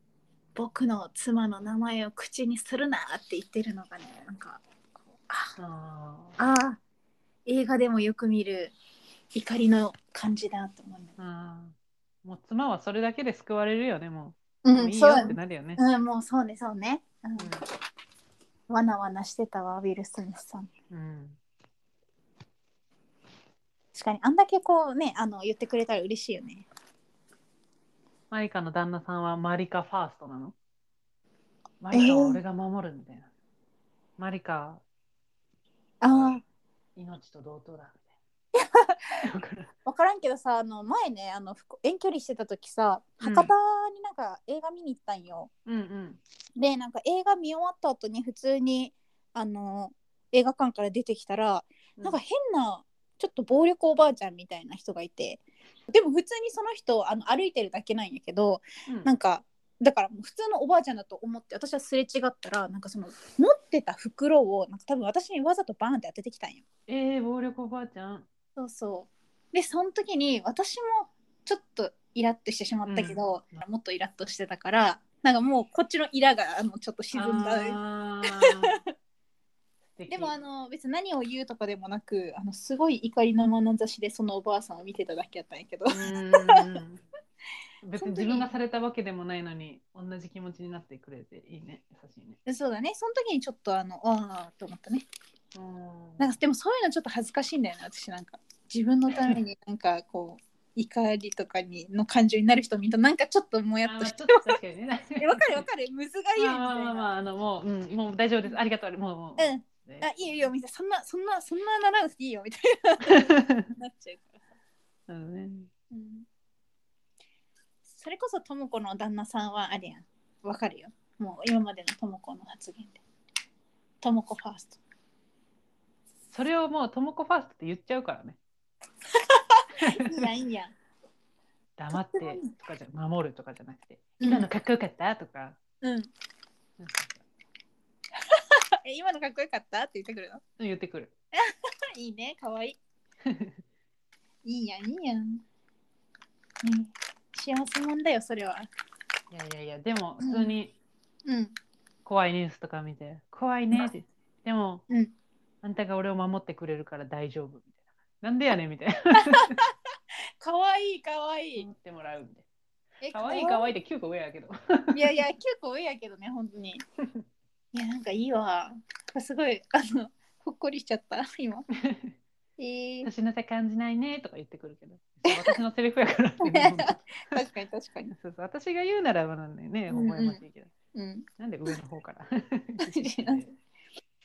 僕の妻の名前を口にするなって言ってるのがねなんかこう *laughs* あ
あー
あー映画でもよく見る怒りの感じだと思います。
あー。もう妻はそれだけで救われるよね、も
う
う。もういいよってなるよね。
うん、もうそうねそうね、うん
うん
わなわなしてたわウィル・スミスさん
うん
確かにあんだけこうねあの言ってくれたら嬉しいよね
マリカの旦那さんはマリカファーストなのマリカは俺が守るみたいな。マリカは
ああ
命と同等だみ
*laughs*
たいな。
分からんけどさあの前ねあのふく遠距離してた時さ
うん
博多になんか映画見に行ったんよ、
うんうん。
でなんか映画見終わった後に普通にあの映画館から出てきたら、なんか変なちょっと暴力おばあちゃんみたいな人がいてでも普通にその人あの歩いてるだけなんやけど
うん
なんかだからもう普通のおばあちゃんだと思って私はすれ違ったらなんかその持ってた袋をなんか多分私にわざとバーンって当ててきたんよ。
えー、暴力おばあちゃん。
そうそうでその時に私もちょっとイラッとしてしまったけど、もっとイラッとしてたからなんかもうこっちのイラがあのちょっと沈んだ
あー素敵
でもあの別に何を言うとかでもなくあのすごい怒りの眼差しでそのおばあさんを見てただけやったんやけど *laughs*
うーん別に自分がされたわけでもないのに同じ気持ちになってくれていいね優しいね
そうだねその時にちょっとあのああと思ったね
うん
なんかでもそういうのちょっと恥ずかしいんだよね私なんか自分のため
*laughs*
になんかこう怒りとかにの感情になる人見るとなんかちょっともや
あー
っと
まあ
して
ちょっと確かにね
えわかるわかるむずがゆいみたい
まあまあまあ、ま
な
あ、あのもう、うん、もう大丈夫ですありがとうもうもう
うん
ね
あいいよいいよみたいなそんなそんなそんなならなくていいよみたいななっちゃうから、
なるほどね
うん、それこそとも子の旦那さんはあれやんわかるよもう今までのとも子の発言でとも子ファースト
それをもうともこファーストって言っちゃうからね
いいやんいいやん
黙ってとかじゃ守るとかじゃなくて
うん
今のかっこよかったとか
うん
なんか
あえ今のかっこよかったって言ってくるの
言ってくる
あいいねかわいいいいやんいいやん、ね、幸せもんだよそれはい
やいやいやでも普通に、
うん
怖いニュースとか見て怖いねってでも、
うん
あんたが俺を守ってくれるから大丈夫みたいななんでやねんみたいな
かわいいかわい
言ってもらうみたい
え
な可愛い可愛いで9個上やけど
いやいや、結構上やけどね、本当に。いや、なんかいいわ。すごい、あの、ほっこりしちゃった、 *laughs* 今。ええ
私のせ感じないねとか言ってくるけど私のセリフやからって
*laughs* 確かに確かに。
そうそう私が言うならばなんだよね
うん
微
うん
笑ましいけど、
うん。
なんで上の方
*laughs*
から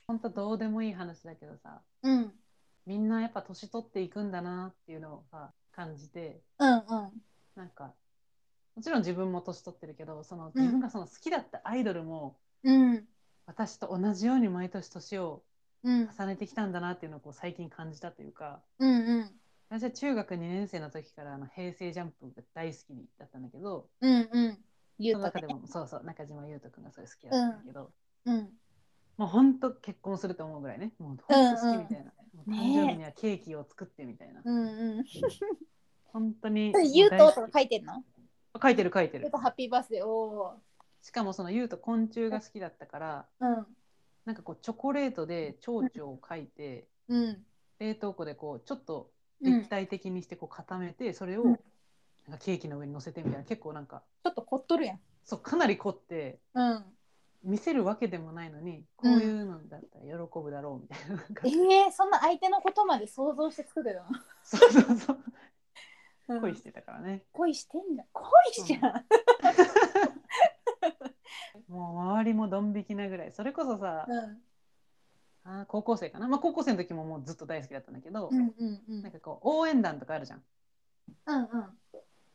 本当どうでもいい話だけどさ
うん。うん
みんなやっぱ年取っていくんだなっていうのをさ感じて、
うん。
なんかもちろん自分も年取ってるけどその
うん
自分がその好きだったアイドルも、
うん。
私と同じように毎年年を
うん。
重ねてきたんだなっていうのをこう最近感じたというか
うん。
私は中学2年生の時からあの平成ジャンプが大好きだったんだけど
うん。うん。言
そうの
た
中
ね
で。もそうそう中島裕翔君がそれ好きだったんだけど、
うん。
もうほんと結婚すると思うぐらいねもうほんと好きみたいな、もう誕生日にはケーキを作ってみたいな、
うん。うん。
本当に
ゆうとと
も
か
う大好
書いてんの
き書いてる書いて
ゆ
る
うとハッピーバースデー。おお。
しかもその裕翔昆虫が好きだったから
うん。
なんかこうチョコレートで蝶々を書いて
うん。
冷凍庫でこうちょっと
う
立
ん。ち
体的にしてこう固めてそれを
うん
なんかケーキの上に乗せてみたいな結構なんか
ょっと凝っとるやん。
そうかなり凝って
うん。
見せるわけでもないのにこういうのだったら喜ぶだろうみたいななんか
ええ、そんな相手のことまで想像して作るの。
*laughs* そうそうそう
うん
恋してたからね
恋してんじゃん。恋じゃん。
もう周りもドン引きなぐらいそれこそさ
うん。
あー高校生かなまあ高校生の時ももうずっと大好きだったんだけど
うん。うん。うん
なん。かこう応援団とかあるじゃん
うんうん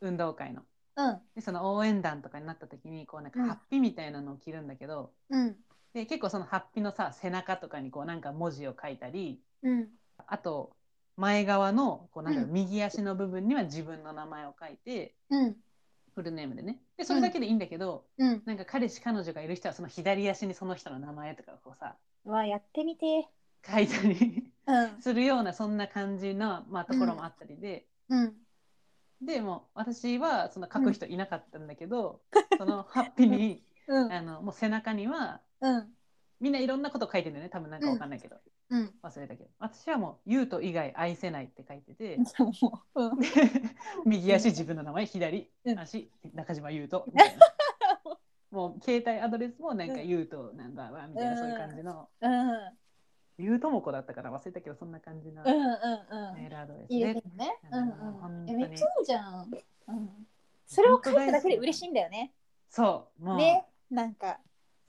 運動会の。
うん
でその応援団とかになった時にこうなんか
うん
ハッピーみたいなのを着るんだけど、
うん
で結構そのハッピーのさ背中とかにこうなんか文字を書いたり
うん
あと前側のこうなんだろう
う
右足の部分には自分の名前を書いて、
うん
フルネームでねでそれだけでいいんだけど、
うん
なんか彼氏彼女がいる人はその左足にその人の名前とかをこうさ
うわやってみて
書いたり *laughs*
うん
するようなそんな感じの、まあ、ところもあったりで、
うん
でもう私はその書く人いなかったんだけど、そのハッピーに *laughs*
うん
あのもう背中には
うん
みんないろんなこと書いてるんだよね多分なんかわかんないけど、
うん
忘れたけど私はもう「優斗以外愛せない」って書いてて。
もう、うん、
*laughs* 右足自分の名前左
うん
足中島優斗みたいなもう携帯アドレスもなんか
うん
優斗なんだわみたいなそういう感じの
うん
優斗も子だったから忘れたけどそんな感じの
うんう
メ
んうん
ールアドレス
いる
で
よねうんうん
本当
え
に
めっちゃいいじゃん、うん、それを書いただけで嬉しいんだよね
そうもう
ねなんか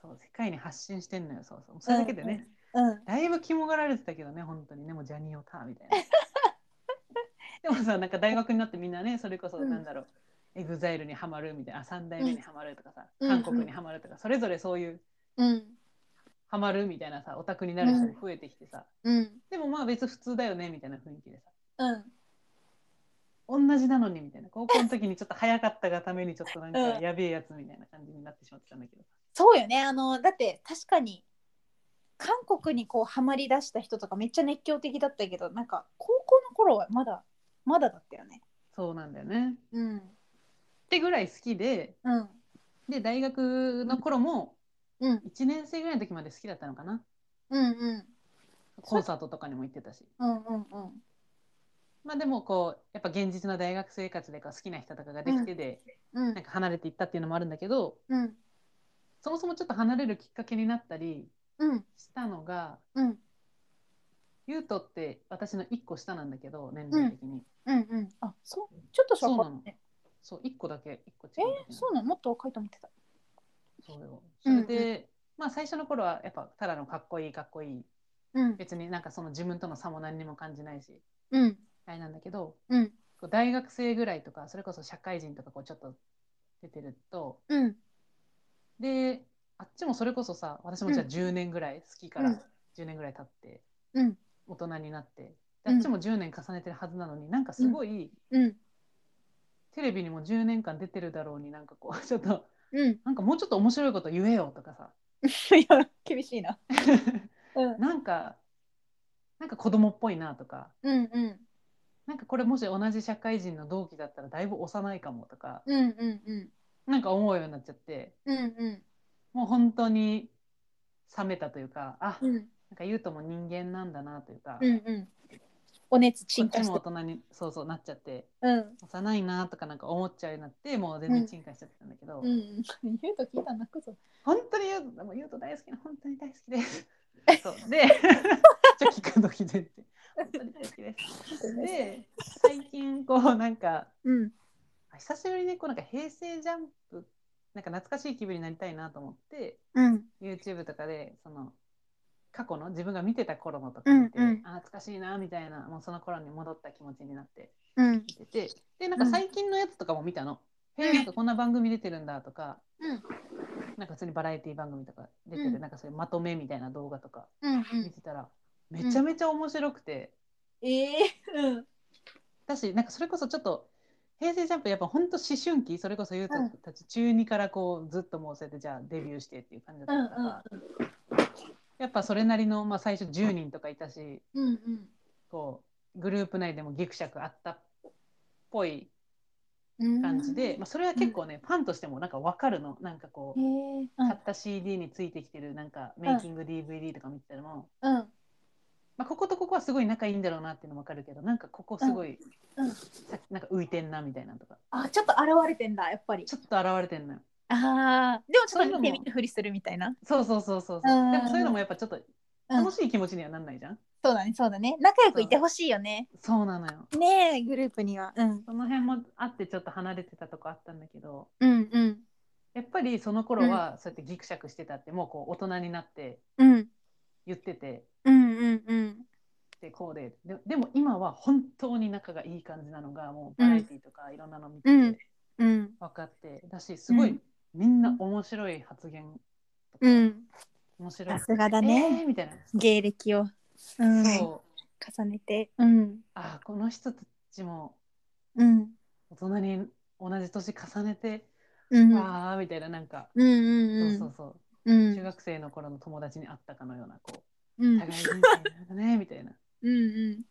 そう世界に発信してんのよそうそうそれだけでね
うん
だいぶ肝がられてたけどね本当にねもうジャニオタみたい
*laughs*
なでもさなんか大学になってみんなねそれこそ
うん
なんだろう、エグザイルにはまるみたいなあ三代目にはまるとかさ、
う
韓
ん
国にはまるとかそれぞれそういう
うん
ハマるみたいなさオタクになる人も増えてきてさ、
うん
でもまあ別に普通だよねみたいな雰囲気でさ
うん
同じなのにみたいな高校の時にちょっと早かったがためにちょっとなんか
うん
やべえやつみたいな感じになってしまってたんだけど
そうよねあのだって確かに韓国にこうハマりだした人とかめっちゃ熱狂的だったけどなんか高校の頃はまだまだだったよね
そうなんだよね
うん
ってぐらい好きで
うん
で大学の頃も
うん
1年生ぐらいの時まで好きだったのかな
うんうん
コンサートとかにも行ってたし
うんうんうん
まあでもこうやっぱ現実の大学生活でこう好きな人とかができてで、
うん
なんか離れていったっていうのもあるんだけど
うん
そもそもちょっと離れるきっかけになったり
うん
したのが
うん
ゆうとって私の1個下なんだけど年齢的に、
うんうんあそうちょっとしか
そうなの
ね
そう1個だけ1個違
え
うんだけど
そうなのもっと若いと思ってた *laughs*
そうよそ
う
れ
ん
で、まあ最初の頃はやっぱただのかっこいいかっこいい
うん
別になんかその自分との差も何にも感じないし
うん
あれなんだけど
うん
こう大学生ぐらいとかそれこそ社会人とかこうちょっと出てると
うん
であっちもそれこそさ私もじゃあ
うん
10年ぐらい好きか
うん
ら10年ぐらい経って
うん
大人になってであ
うん
っちも10年重ねてるはずなのになんかすごい、
うん
テレビにも10年間出てるだろうになんかこうちょっ *laughs* と
うん
なんかもうちょっと面白いこと言えよとかさ
いや厳しいなうん
なんかなんか子供っぽいなとか
うんうん
なんかこれもし同じ社会人の同期だったらだいぶ幼いかもとか
うんうんうん
なんか思うようになっちゃって
うんうん
もう本当に冷めたというかあ
う
なん
ん
か言うとも人間なんだなというか、
うんうんお熱
こっ
沈
ち
下し
も大
て
人にそうそうなっちゃって
うん
幼いなとかなんか思っちゃうようになってもう全
うん
然進化しちゃってたんだけど、
うん言うと聞いたら泣くぞ
本当に言うもう言うと大好きな本当に大好きですそうでちょ聞くの聞いてって本当に大好きです
*laughs*
で最近こうなんか
うん
久しぶりにこうなんか平成ジャンプなんか懐かしい気分になりたいなと思って
うん
YouTube とかでその過去の自分が見てた頃のとか見て、
うんうん
あ懐かしいなみたいなもうその頃に戻った気持ちになって
うん
見ててでなんか最近のやつとかも見たの、へえなんかこんな番組出てるんだとか
うん
なんか普通にバラエティ番組とか出てる、
うん
なんかそういうまとめみたいな動画とか
うんう
見
ん
てたら、めちゃめちゃ面白くて。
ええうん
だしなんかそれこそちょっと平成ジャンプやっぱ本当思春期それこそ優斗たち中2からこうずっともうそうやってじゃあデビューしてっていう感じだ
うん
ったから、やっぱそれなりの、まあ、最初10人とかいたし
うんうん
こうグループ内でもギクシャクあったっぽい
うん
感じで、まあ、それは結構ね、ファンとしてもなんか分かるのなんかこ
ええ
う
うん
買った CD についてきてるなんかメイキング DVD とか見てたらも、
うん
まあ、こことここはすごい仲いいんだろうなっていうのも分かるけどなんかここすごい、
うんうん
さなんか浮いてんなみたいなのとか
あちょっと現れてんだやっぱり
ちょっと現れてんのよ。
ああでもち
そう
ょっと見て
いうのも
見ぬふりするみたいな
そうそうそうそうそう。
うん
でもそういうのもやっぱちょっと
うん
楽しい気持ちにはなんないじゃん。
そうだねそうだね仲良くいてほしいよね
そうなのよ。
ねえグループにはうん
その辺もあってちょっと離れてたとこあったんだけど、
うんうん
やっぱりその頃はそうやってギクシャクしてたってもうこう大人になって
うん
言ってて。
うんうんうん
でこうでででも今は本当に仲がいい感じなのがもうバラエティとかいろんなの見て
うん
て
うん
分かってだしすご
う
い
ん
みんな面白い発言とか
うん
面白い
さすがだね、
えーみたいな、
芸歴を、うん、
そう
重ねてうん
あーこの人たちも
うん
大人に同じ年重ねて、
うんうん
わーみたいななんか、
うんうん
そうそう
う
そう、
ん
中学生の頃の友達に会ったかのようなこ
う
うん互い人生なんだねみたいな
うん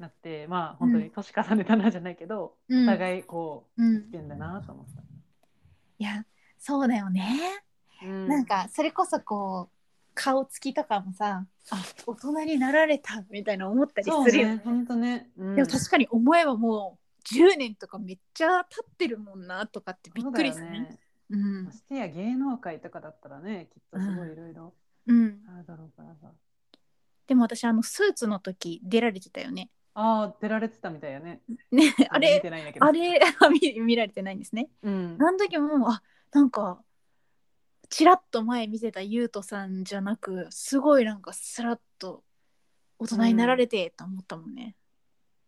なってまあ本当に年重ねたなじゃないけど、
うん
お互いこう
うん
生きてんだなと思った。
いやそうだよね、なんかそれこそこう顔つきとかもさあ大人になられたみたいな思ったり
そう
するよ、
ね、本当ね。うん
でも確かに思えばもう10年とかめっちゃ経ってるもんなとかってびっくりす
そう
る
だ
ね
よね。
うん
ましてや芸能界とかだったらね、きっとすごいいろいろ
うん、
あるだろうからさ。
でも私あのスーツの時出られてたよね
ああ、出られてたみたいやね。
ねあ
見
れ
てないんだけど。
あれ見見られてないんですね
うん。
あの時もあなんかちらっと前見せた優斗さんじゃなくすごいなんかスラッと大人になられてと思ったもんね。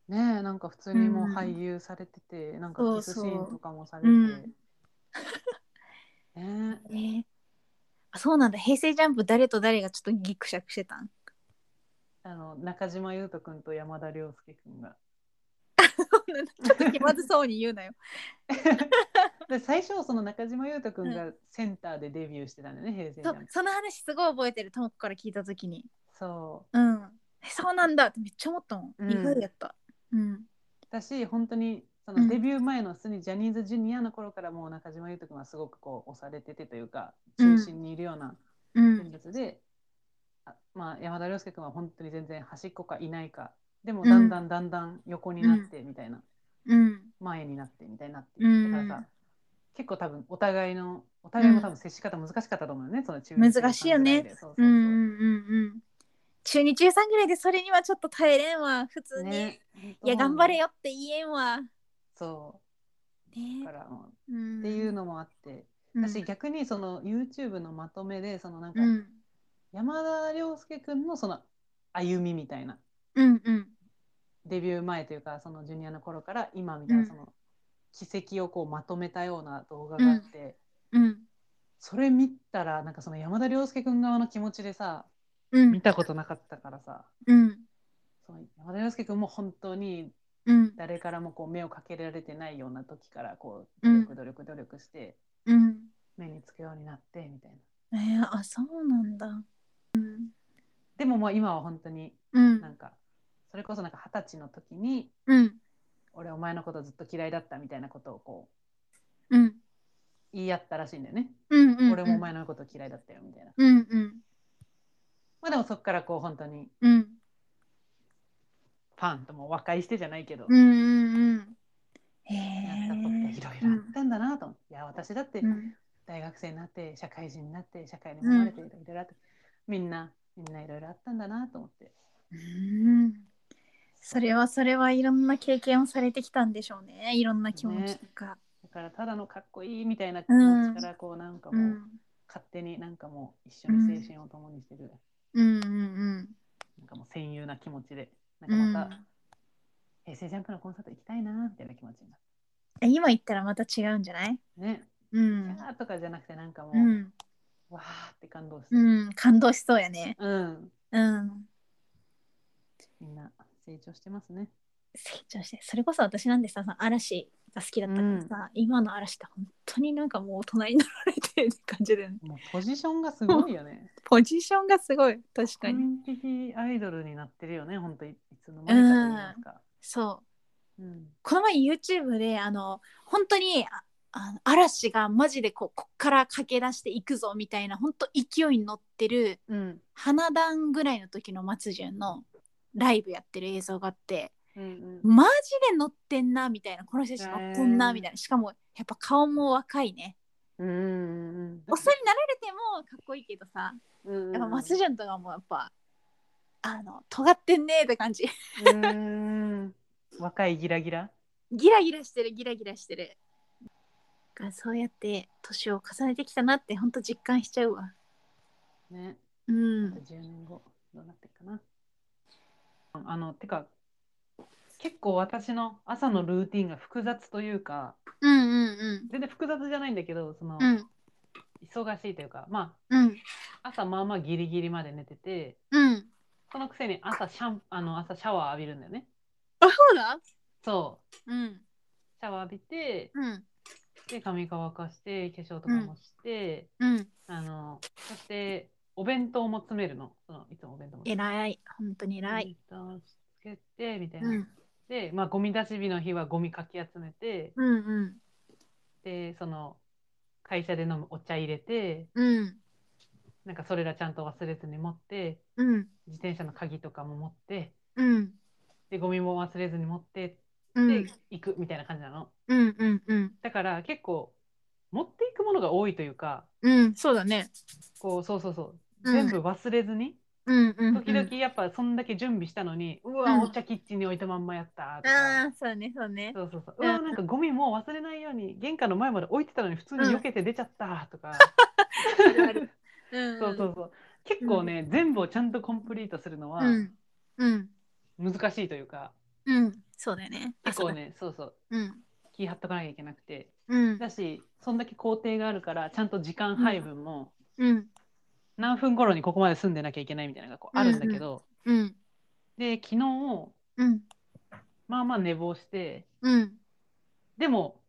ねえ、なんか普通にもう
うん
俳優されてて、なんか
そう
キスシーンとかもされて。
そうう
ねえ。
ねあそうなんだ平成ジャンプ誰と誰がちょっとギクシャクしてたん
あの中島裕斗君と山田涼介君が。
ちょっと気まずそうに言うなよ。
で最初その中島裕斗君がセンターでデビューしてたんだよね、平成ジ
そ
ャンプ。
その話すごい覚えてるともこから聞いた時に
そ
「うんえそうなんだ」ってめっちゃ思ったもん、
うん
意外やった。うん、
う。だし本当にそ
うん
のデビュー前の普通にジャニーズジュニアの頃からもう中島裕斗君はすごくこう押されててというか
うん
中心にいるような
う
人
ん、
物で、あまあ、山田涼介君は本当に全然端っこかいないかでも
うん
だんだんだんだん横になってみたいな、
うん、
前になってみたいになって、
うん
だからさ結構多分お互いのお互いも多分接し方難しかったと思うよね、その中学生の
難しいよね
感じなんでそうそう
う
そうん
うんうんうん中2中3ぐらいでそれにはちょっと耐えれんわ普通に、
ね、
いや頑張れよって言えんわね
そ
え
うだからもう
うん、
っていうのもあって、
うん
私逆にその YouTube のまとめでそのなんか
うん
山田涼介君のその歩みみたいな
うんうん
デビュー前というかそのジュニアの頃から今みたいな
うん
その軌跡をこうまとめたような動画があって、
うん
それ見たらなんかその山田涼介君側の気持ちでさ
う
見
ん
たことなかったからさ
うん
その山田涼介君も本当に
うん
誰からもこう目をかけられてないような時からこう
う
努
ん
力努力努力して
うん
目につくようになってみたいな。
えー、あそうなんだうん
でもまあ今は本当に
う
なん
ん
かそれこそなんか二十歳の時に
うん
俺お前のことずっと嫌いだったみたいなことをこ
うん
う言い合ったらしいんだよね。
うんうん
俺もお前のこと嫌いだったよみたいな。
うんうん
まあでもそこからこう本当に
うん
ファンとも和解してじゃないけど、
うんうんうんへ
や
え
ったことがいろいろあったんだなと思って、いや私だって
うん
大学生になって社会人になって社会に生まれていろいろあって、みんなみんないろいろあったんだなと思って
うんそれはそれはいろんな経験をされてきたんでしょうねいろんな気持ちとか、
だからただのかっこいいみたいな気持ちからこうなんか
う、
もうん勝手になんかもう一緒に青春を共にしてる、
うんうん
なんかもう戦友な気持ちでなん
う
か
ん
また、平成ジャンプのコンサート行きたいなみたいな気持ちになって
え今言ったらまた違うんじゃない
ね、
う
キ
ん
ャーとかじゃなくてなんかもう、
うん、
わーって感動して、
うん、感動しそうやね
うん、
うん
みんな成長してますね。
成長してそれこそ私なんでさその嵐が好きだったからさ、今の嵐って本当になんかもう大人になられてるって感じだよね
もうポジションがすごいよね。
ポジションがすごい確かに、
完璧アイドルになってるよね、本当いいつの間にかと言いますか。
そう
うん。
この前 YouTube であの本当にああの嵐がマジでこうこっから駆け出していくぞみたいな本当勢いに乗ってる
うん。
花壇ぐらいの時の松潤のライブやってる映像があって
うん。
マジで乗ってんなみたいなこの人たち乗ってん
へ
な
ー
みたいなしかもやっぱ顔も若いね
うん。うん。
おっさんになられてもかっこいいけどさ
うん。
やっぱ松潤とかもやっぱあの尖ってんねーって感じ *laughs*
うん。若いギラギラ。
ギラギラしてるギラギラしてるがそうやって年を重ねてきたなってほんと実感しちゃうわ
ね。
う
あと
ん
10年後、どうなってるかな。あの、てか、結構私の朝のルーティンが複雑というか、
うんうん
全然複雑じゃないんだけど、その、
うんうん
忙しいというか、ま
うん
あ、朝まあまあギリギリまで寝てて、
うん
そのくせに朝シャンあの朝シャワー浴びるんだよね。
あそうだ
そう。
うん
シャャワー浴びて、
うん
で、髪乾かして、化粧とかもして、
うん
あの、そして、お弁当も詰めるの。そのいつもお弁当も詰める。
偉い本当に偉い、
お弁当つけて、みたいうな。
ん、
で、まあ、ゴミ出し日の日はゴミかき集めて、
うんうん
で、その、会社で飲むお茶入れて、
うん
なんかそれらちゃんと忘れずに持って、
うん
自転車の鍵とかも持って、
うん
で、ゴミも忘れずに持って、
う
で
ん、
行くみたいな感じなの。
うんうんうん
だから結構、持っていくものが多いというか、
うんそうだね
こう、そうそうそう、
うん
全部忘れずに、
うんうん、うん、
時々やっぱそんだけ準備したのに、う
う
わ、
ん
お茶キッチンに置いたまんまやったと
あ
か、
あそうねそうね
そうそうそう、
う
うんわ、なんかゴミもう忘れないように、玄関の前まで置いてたのに普通に避けて出ちゃったとか、
あるある *laughs* うん
そうそうそう。結構ね、全部をちゃんとコンプリートするのは
うんうん
難しいというか、
うんそうだよね
結構ね、そうそう、
うん
気張っとかなきゃいけなくて。 *laughs*
うん
だし、そんだけ工程があるから、ちゃんと時間配分も、
うん
何分頃にここまで住んでなきゃいけないみたいなのがこうあるんだけど、
うん
で昨日
うん
まあまあ寝坊して
うん
でも、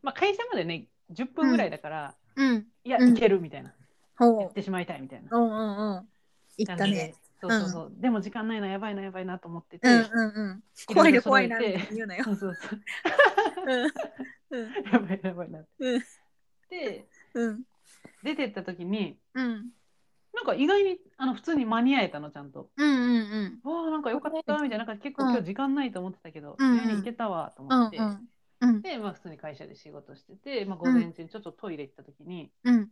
まあ、会社までね10分ぐらいだから、
うん
いや
うん
いけるみたいな、や
ほ
ってしまいたいみたいな
ううんうんうんいった
感じで
ね
そうそうそう、でも時間ないなやばいなやばいなと思ってて、
うんうんうん怖いな怖いなみたい *laughs* に言うなよ
そうそうそう
うんうん
やばいなやばいなって、
うん
で
うん
出てった時に
うん
なんか意外にあの普通に間に合えたのちゃんと。
うんうん
わあなんかよかったみたいななんか結構今日時間ないと思ってたけど、
うん
家に行けたわと
う
思
ん
って、
うんうん
で、まあ、普通に会社で仕事してて、まあ、午前中にちょっとトイレ行った時に、
うん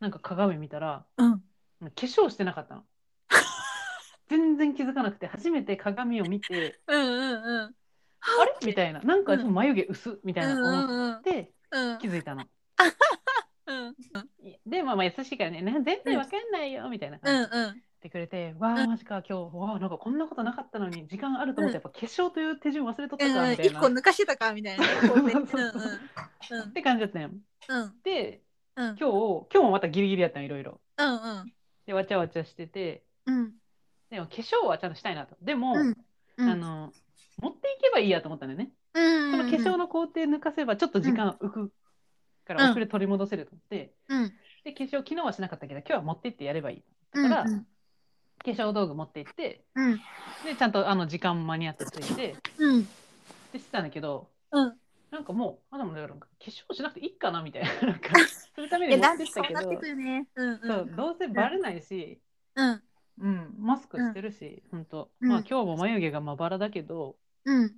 なんか鏡見たら
うん
化粧してなか
*laughs*
ったの全然気づかなくて初めて鏡を見
*laughs*
て
うんうん
あれみたいななんか
うん
でも眉毛薄っみたいな思っ
うん
て
うん
気づいたの。
うん
でまあまあ優しいからねな全然わかんないよみたいな
う
感じ
ん
で
う
言
ん
ってくれて、わあマジか今日わあなんかこんなことなかったのに時間あると思ってやっぱ化粧という手順忘れとったかみたい
一
な、
個
っ
抜かしてたかみたいな
*laughs*
うんうんうん
て感じだったよ。
うん
で
うん
今日今日もまたギリギリやったのいろいろ。
うん
でわちゃわちゃしてて
うん
でも化粧はちゃんとしたいなと。でも、
うん
あの持っていけばいいやと思ったんだよね。
うん
この化粧の工程抜かせばちょっと時間浮くから遅れ取り戻せると思って、
うん
で化粧昨日はしなかったけど今日は持ってってやればいい。だから、
うん
化粧道具持って行って
うん
でちゃんとあの時間間に合ってついて
うん
でしてたんだけど
うん
なんかもうあでもだから化粧しなくていいかなみたいななん
*laughs*
かするため
い
に
や
持
だ
っ
ってて
っ
そ
た
う
け
な
ど
ってくるねうんう
そうど
ん
うせバレないし、
うん
うん、マスクしてるし、ほんと、
うん
まあ、今日も眉毛がまばらだけど、
うん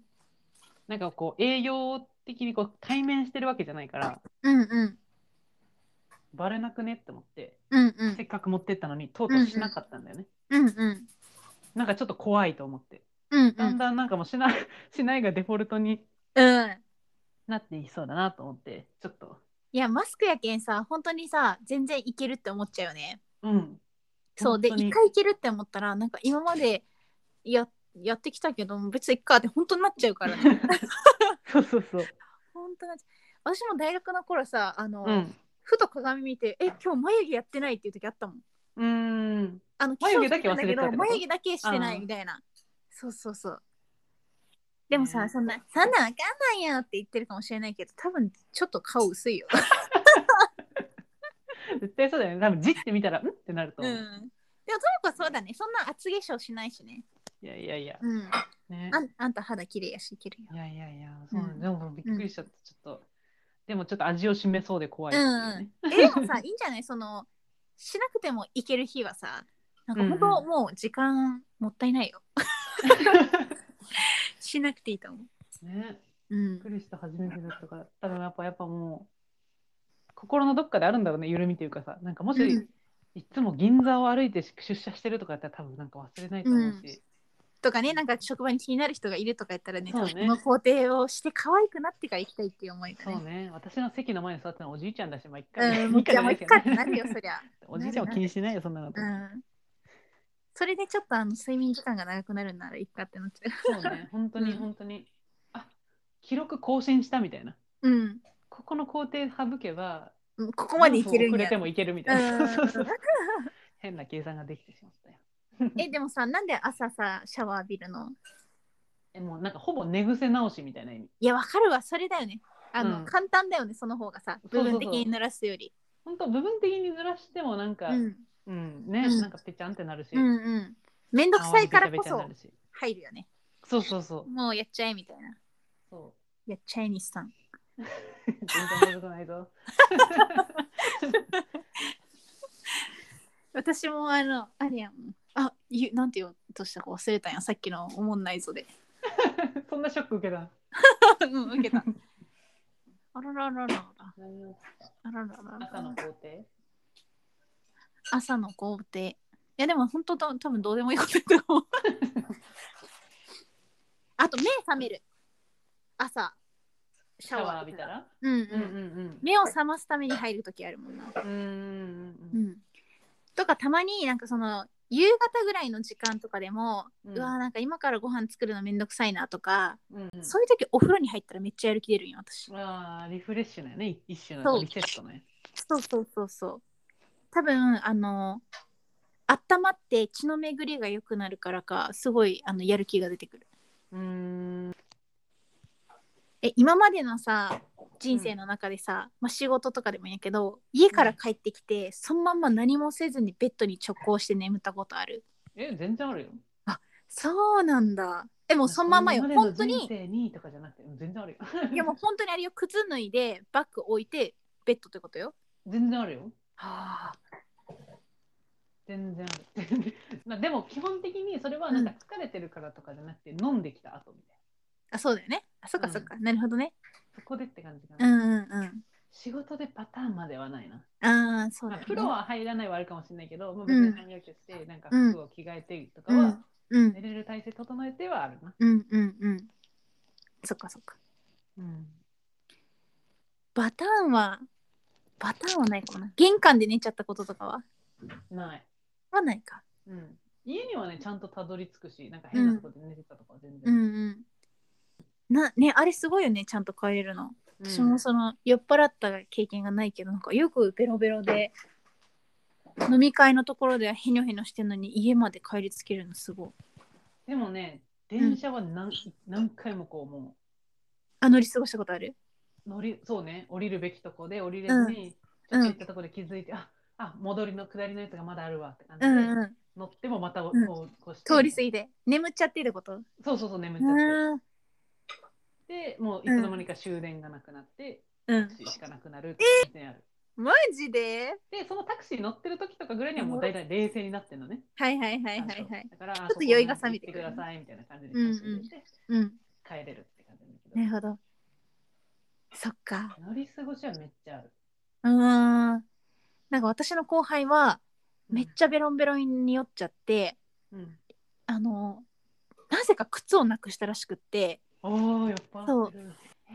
なんかこう栄養的にこう対面してるわけじゃないから
うんうん
バレなくねって思って
うんうん
せっかく持ってったのにとうとうしなかったんだよね、
うんうん
なんかちょっと怖いと思って
うんう
だん
ん
だんなんかもうしない *laughs* しないがデフォルトに
うん
なっていきそうだなと思ってちょっと
いやマスクやけんさ本当にさ全然いけるって思っちゃうよね
うん
そうで
本当に
一回いけるって思ったらなんか今までややってきたけど別にいっかって本当になっちゃうからね *laughs*
そうそうそう
本当になっちゃう私も大学の頃さあの、
うん
ふと鏡見てえ今日眉毛やってないっていう時あったもん
うーん
あの
眉毛だけ忘れて
化
たっこと
粧してんだけど眉毛だけしてないみたいなそうそうそうでもさ、
ね
そんな「そんなんあかんないよ」って言ってるかもしれないけど多分ちょっと顔薄いよ、
絶対そうだよね多分じって見たらうんってなると
う
思う、
ん、でもともこそうだねそんな厚化粧しないしね
いやいやいや、
うん
ね、
あんあんた肌綺麗やしいけるよ
いやいやいやそう、
うん
でもびっくりしちゃってちょっとでもちょっと味を占めそうで怖いっていううんね、
えでもさいいんじゃないそのしなくてもいける日はさなんか本当、
うん
もう時間もったいない *laughs* よしなくていいと思う、
ね
うん
びっ、くりした初めてだったから多分やっぱやっぱもう心のどっかであるんだろうね緩みというかさなんかもし、
うん
いつも銀座を歩いて出社してるとかやったら多分なんか忘れないと思うし、
とかねなんか職場に気になる人がいるとか言ったらね
そうね
この工程をして可愛くなってから行きたいっていう思いが
そう
ね
ね私の席の前に座ってたのおじいちゃんだしまあ一回、
うん、もう
一
じ
回
ゃあもういっ
け
か
ど
ってなるよそりゃ、
*laughs* おじいちゃんは気にしないよそんなの、
うん、それでちょっとあの睡眠時間が長くなるならいっかってなっち
そ
ゃ
うね本当に
うん
本当に、あ記録更新したみたいな
ううん
ここの工程省けば
うんここまでいけるん
遅れ
や
てもいけるみたいな、
うん
そうそうそう *laughs* 変な計算ができてしまったよ
えでもさなんで朝さシャワー浴びるの
えもうなんかほぼ寝癖直しみたいな意味
いやわかるわそれだよねあの、
うん
簡単だよねその方がさ部分的に濡らすより
本当部分的に濡らしてもなんか、うん
うん
ね、
うん
なんかぺちゃんってなるし、
うんうんめんどくさいからこ
泡
そ
もべちゃべちゃになるし
入るよね
そうそうそう
もうやっちゃえみたいな
そう *laughs*
やっちゃえ西さん
全然まずくないぞ
私もあのあれやんあゆなんて言おうとしたか忘れたんやさっきのおもんないぞで *laughs*
そんなショック受けた
うん受
*laughs*
けたあららららららあらららら
朝の工程
朝の工程いやでも本当と多分どうでもい
*laughs*
いことだと思うあと目覚める朝シ
シ
ャ
ャ
ワー
ワー浴びたら
うんう
うんうん
ん
うん
目を覚ますために入る時あるもんな
うんうん
う
うん
んとかたまになんかその夕方ぐらいの時間とかでも、う
うん
わーなんか今からご飯作るのめんどくさいなとか、
うんうん
そういう時お風呂に入ったらめっちゃやる気出るんよ私、
あーリフレッシュだよね一種
そ
の
う
リセットね
そうそうそうそう多分あの温まって血の巡りが良くなるからかすごいあのやる気が出てくる
うーん
え今までのさ人生の中でさ、まあ、仕事とかでもいいんやけど家から帰ってきて、そのまんま何もせずにベッドに直行して眠ったことある
え全然あるよ
そうなんだえもうそのまんまよ
今まで
本
の
当に
人生にとかじゃなくて全然あるよ
いやもう本当にあれよ靴脱いでバッグ置いてベッドってことよ。
全然あるよ
はあ。
全然ある *laughs* まあでも基本的にそれはなんか疲れてるからとかじゃなくて、飲んできた後みたい
あそうだよね。あそっか
うん
そっか、なるほどね。
なそこでって感じか
う
な、
んうん
仕事でパターンまではないな、
うん。ああそう
まあ、
だよね。
風呂は入らないはあるかもしれないけど、まあ、別
うん
に半夜してなんか服を着替えてとかは、
うん
寝れる体勢整えてはあるな、
うんうんうん。そっかそっか。
うん、
バターンはバターンはないかもな。玄関で寝ちゃったこととかは
ない、
はないか。
うん、家にはねちゃんとたどり着くしなんか変なとこで寝てたとかは全
う
然、
んうん。なねあれすごいよねちゃんと帰れるの。
うん
私もその酔っ払った経験がないけどなんかよくベロベロで飲み会のところではヘニョヘニョしてんのに家まで帰りつけるのすごい
でもね電車は何,、何回もこうも
あ乗り過ごしたことある
う乗りそうね降りるべきとこで降りれずに、
うん
ちょっと行ったとこで気づいて、ああ戻りの下りのやつがまだあるわって感じ
う
で、
んうん
乗ってもまたこう,、
うん
こうして
通り過ぎて眠っちゃってってこと
そうそうそう眠っちゃって
うん
でもういつの間にか終電がなくなって、
うん
タクシーしかなくなるっていう感じである
マジで
でそのタクシー乗ってる時とかぐらいにはもう大体冷静になってるのね。
はいはいはいはいは
感情
い
だからちょ
っと酔いが覚めて
て
く
く
る
ださいみたいな感じで楽しんでて
うん
帰れるって感じなんだけど、
なるほどそっか
乗り過ごしはめっちゃある。
うーんなんか私の後輩はめっちゃベロンベロンに酔っちゃって
うん。
あのなぜか靴をなくしたらしくって
ああやっぱ
そう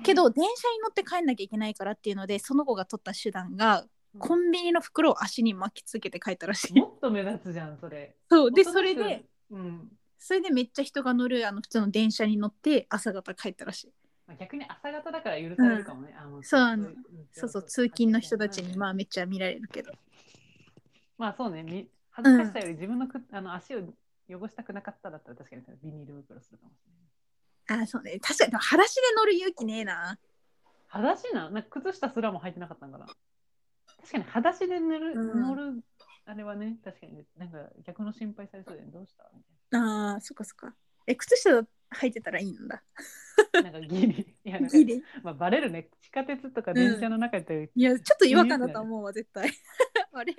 けど電車に乗って帰んなきゃいけないからっていうのでその子が取った手段が
うん
コンビニの袋を足に巻きつけて帰ったらしい。
もっと目立つじゃんそれ。
そうで
もっ
そ
と目
れ
立つ
で、
うん
それでめっちゃ人が乗るあの普通の電車に乗って朝方帰ったらしい。
まあ、逆に朝方だから許されるかもね。あの
そうあの
いん
そうそう通勤の人たちにまあめっちゃ見られるけど。
まあそうね、み恥ずかしさより自分のく、あの足を汚したくなかっただったら確かにそれビニール袋するかもしれない。
あそうね確かにでも裸足で乗る勇気ねえな。
裸足ななんか靴下すらも履いてなかったんかな。確かに裸足で塗る、
うん
乗るあれはね、確かになんか逆の心配されそうでどうしたみ
あーそっかそっか。え靴下履いてたらいいんだ。
たいな。なんかギリ。いやなんか
いいね
まあ、バレるね。地下鉄とか
ん
電車の中で、
いやちょっと違和感だと思うわ絶対。 *laughs* あれ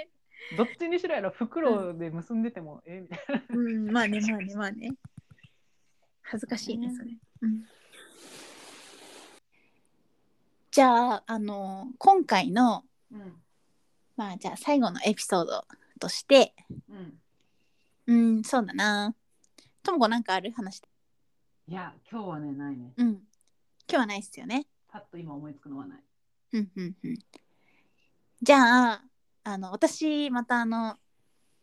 どっちにしろやろ、袋で結んでても、えみたいな。
うんまあねまあねまあね。恥ずかしいね
ね
それ。うんじゃあ、あの今回の
うん。
まあじゃあ最後のエピソードとして
うん。
うんそうだなともこなんかある話
いや、今日はね、ないね。
うん今日はないっすよね
パッと今思いつくのはない。
うんうんうんじゃああの私またあの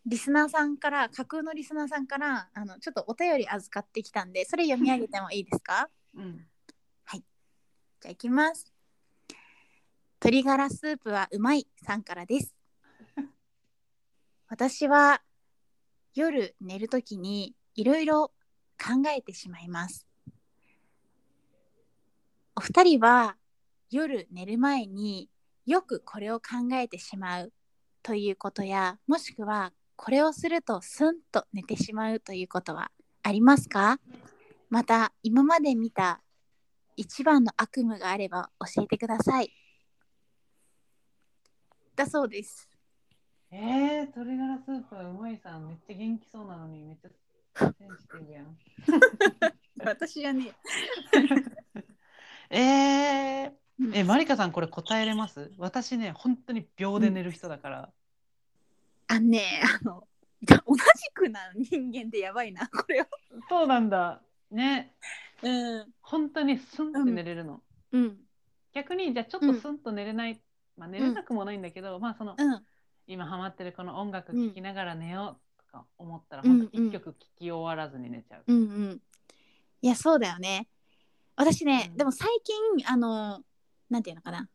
リスナーさんから架空のリスナーさんからあのちょっとお便り預かってきたんでそれ読み上げてもいいですか
うん。
じゃあ行きます。鶏ガラスープはうまいさんからです。私は夜寝るときにいろいろ考えてしまいます。お二人は夜寝る前によくこれを考えてしまうということやもしくはこれをするとスンと寝てしまうということはありますかまた今まで見た一番の悪夢があれば教えてくださいだそうです
えー、鶏ガラスープうまいさんめっちゃ元気そうなのにめっちゃ *laughs* センシティブやん。
私じゃね
えー、え、マリカさんこれ答えれます私ね、本当に秒で寝る人だから。
あのねあの同じくな人間でやばいなこれは
そうなんだ。ね、
うん
本当にスンって寝れるの。
うん
逆にじゃあちょっとスンと寝れない、まあ寝れなくもないんだけど、まあその、
うん
今ハマってるこの音楽聴きながら寝ようとか思ったら、
うん
本当一曲聴き終わらずに寝ちゃう。
うんうん。いや、そうだよね。私ね、
うん
でも最近、あの、なんていうのかな。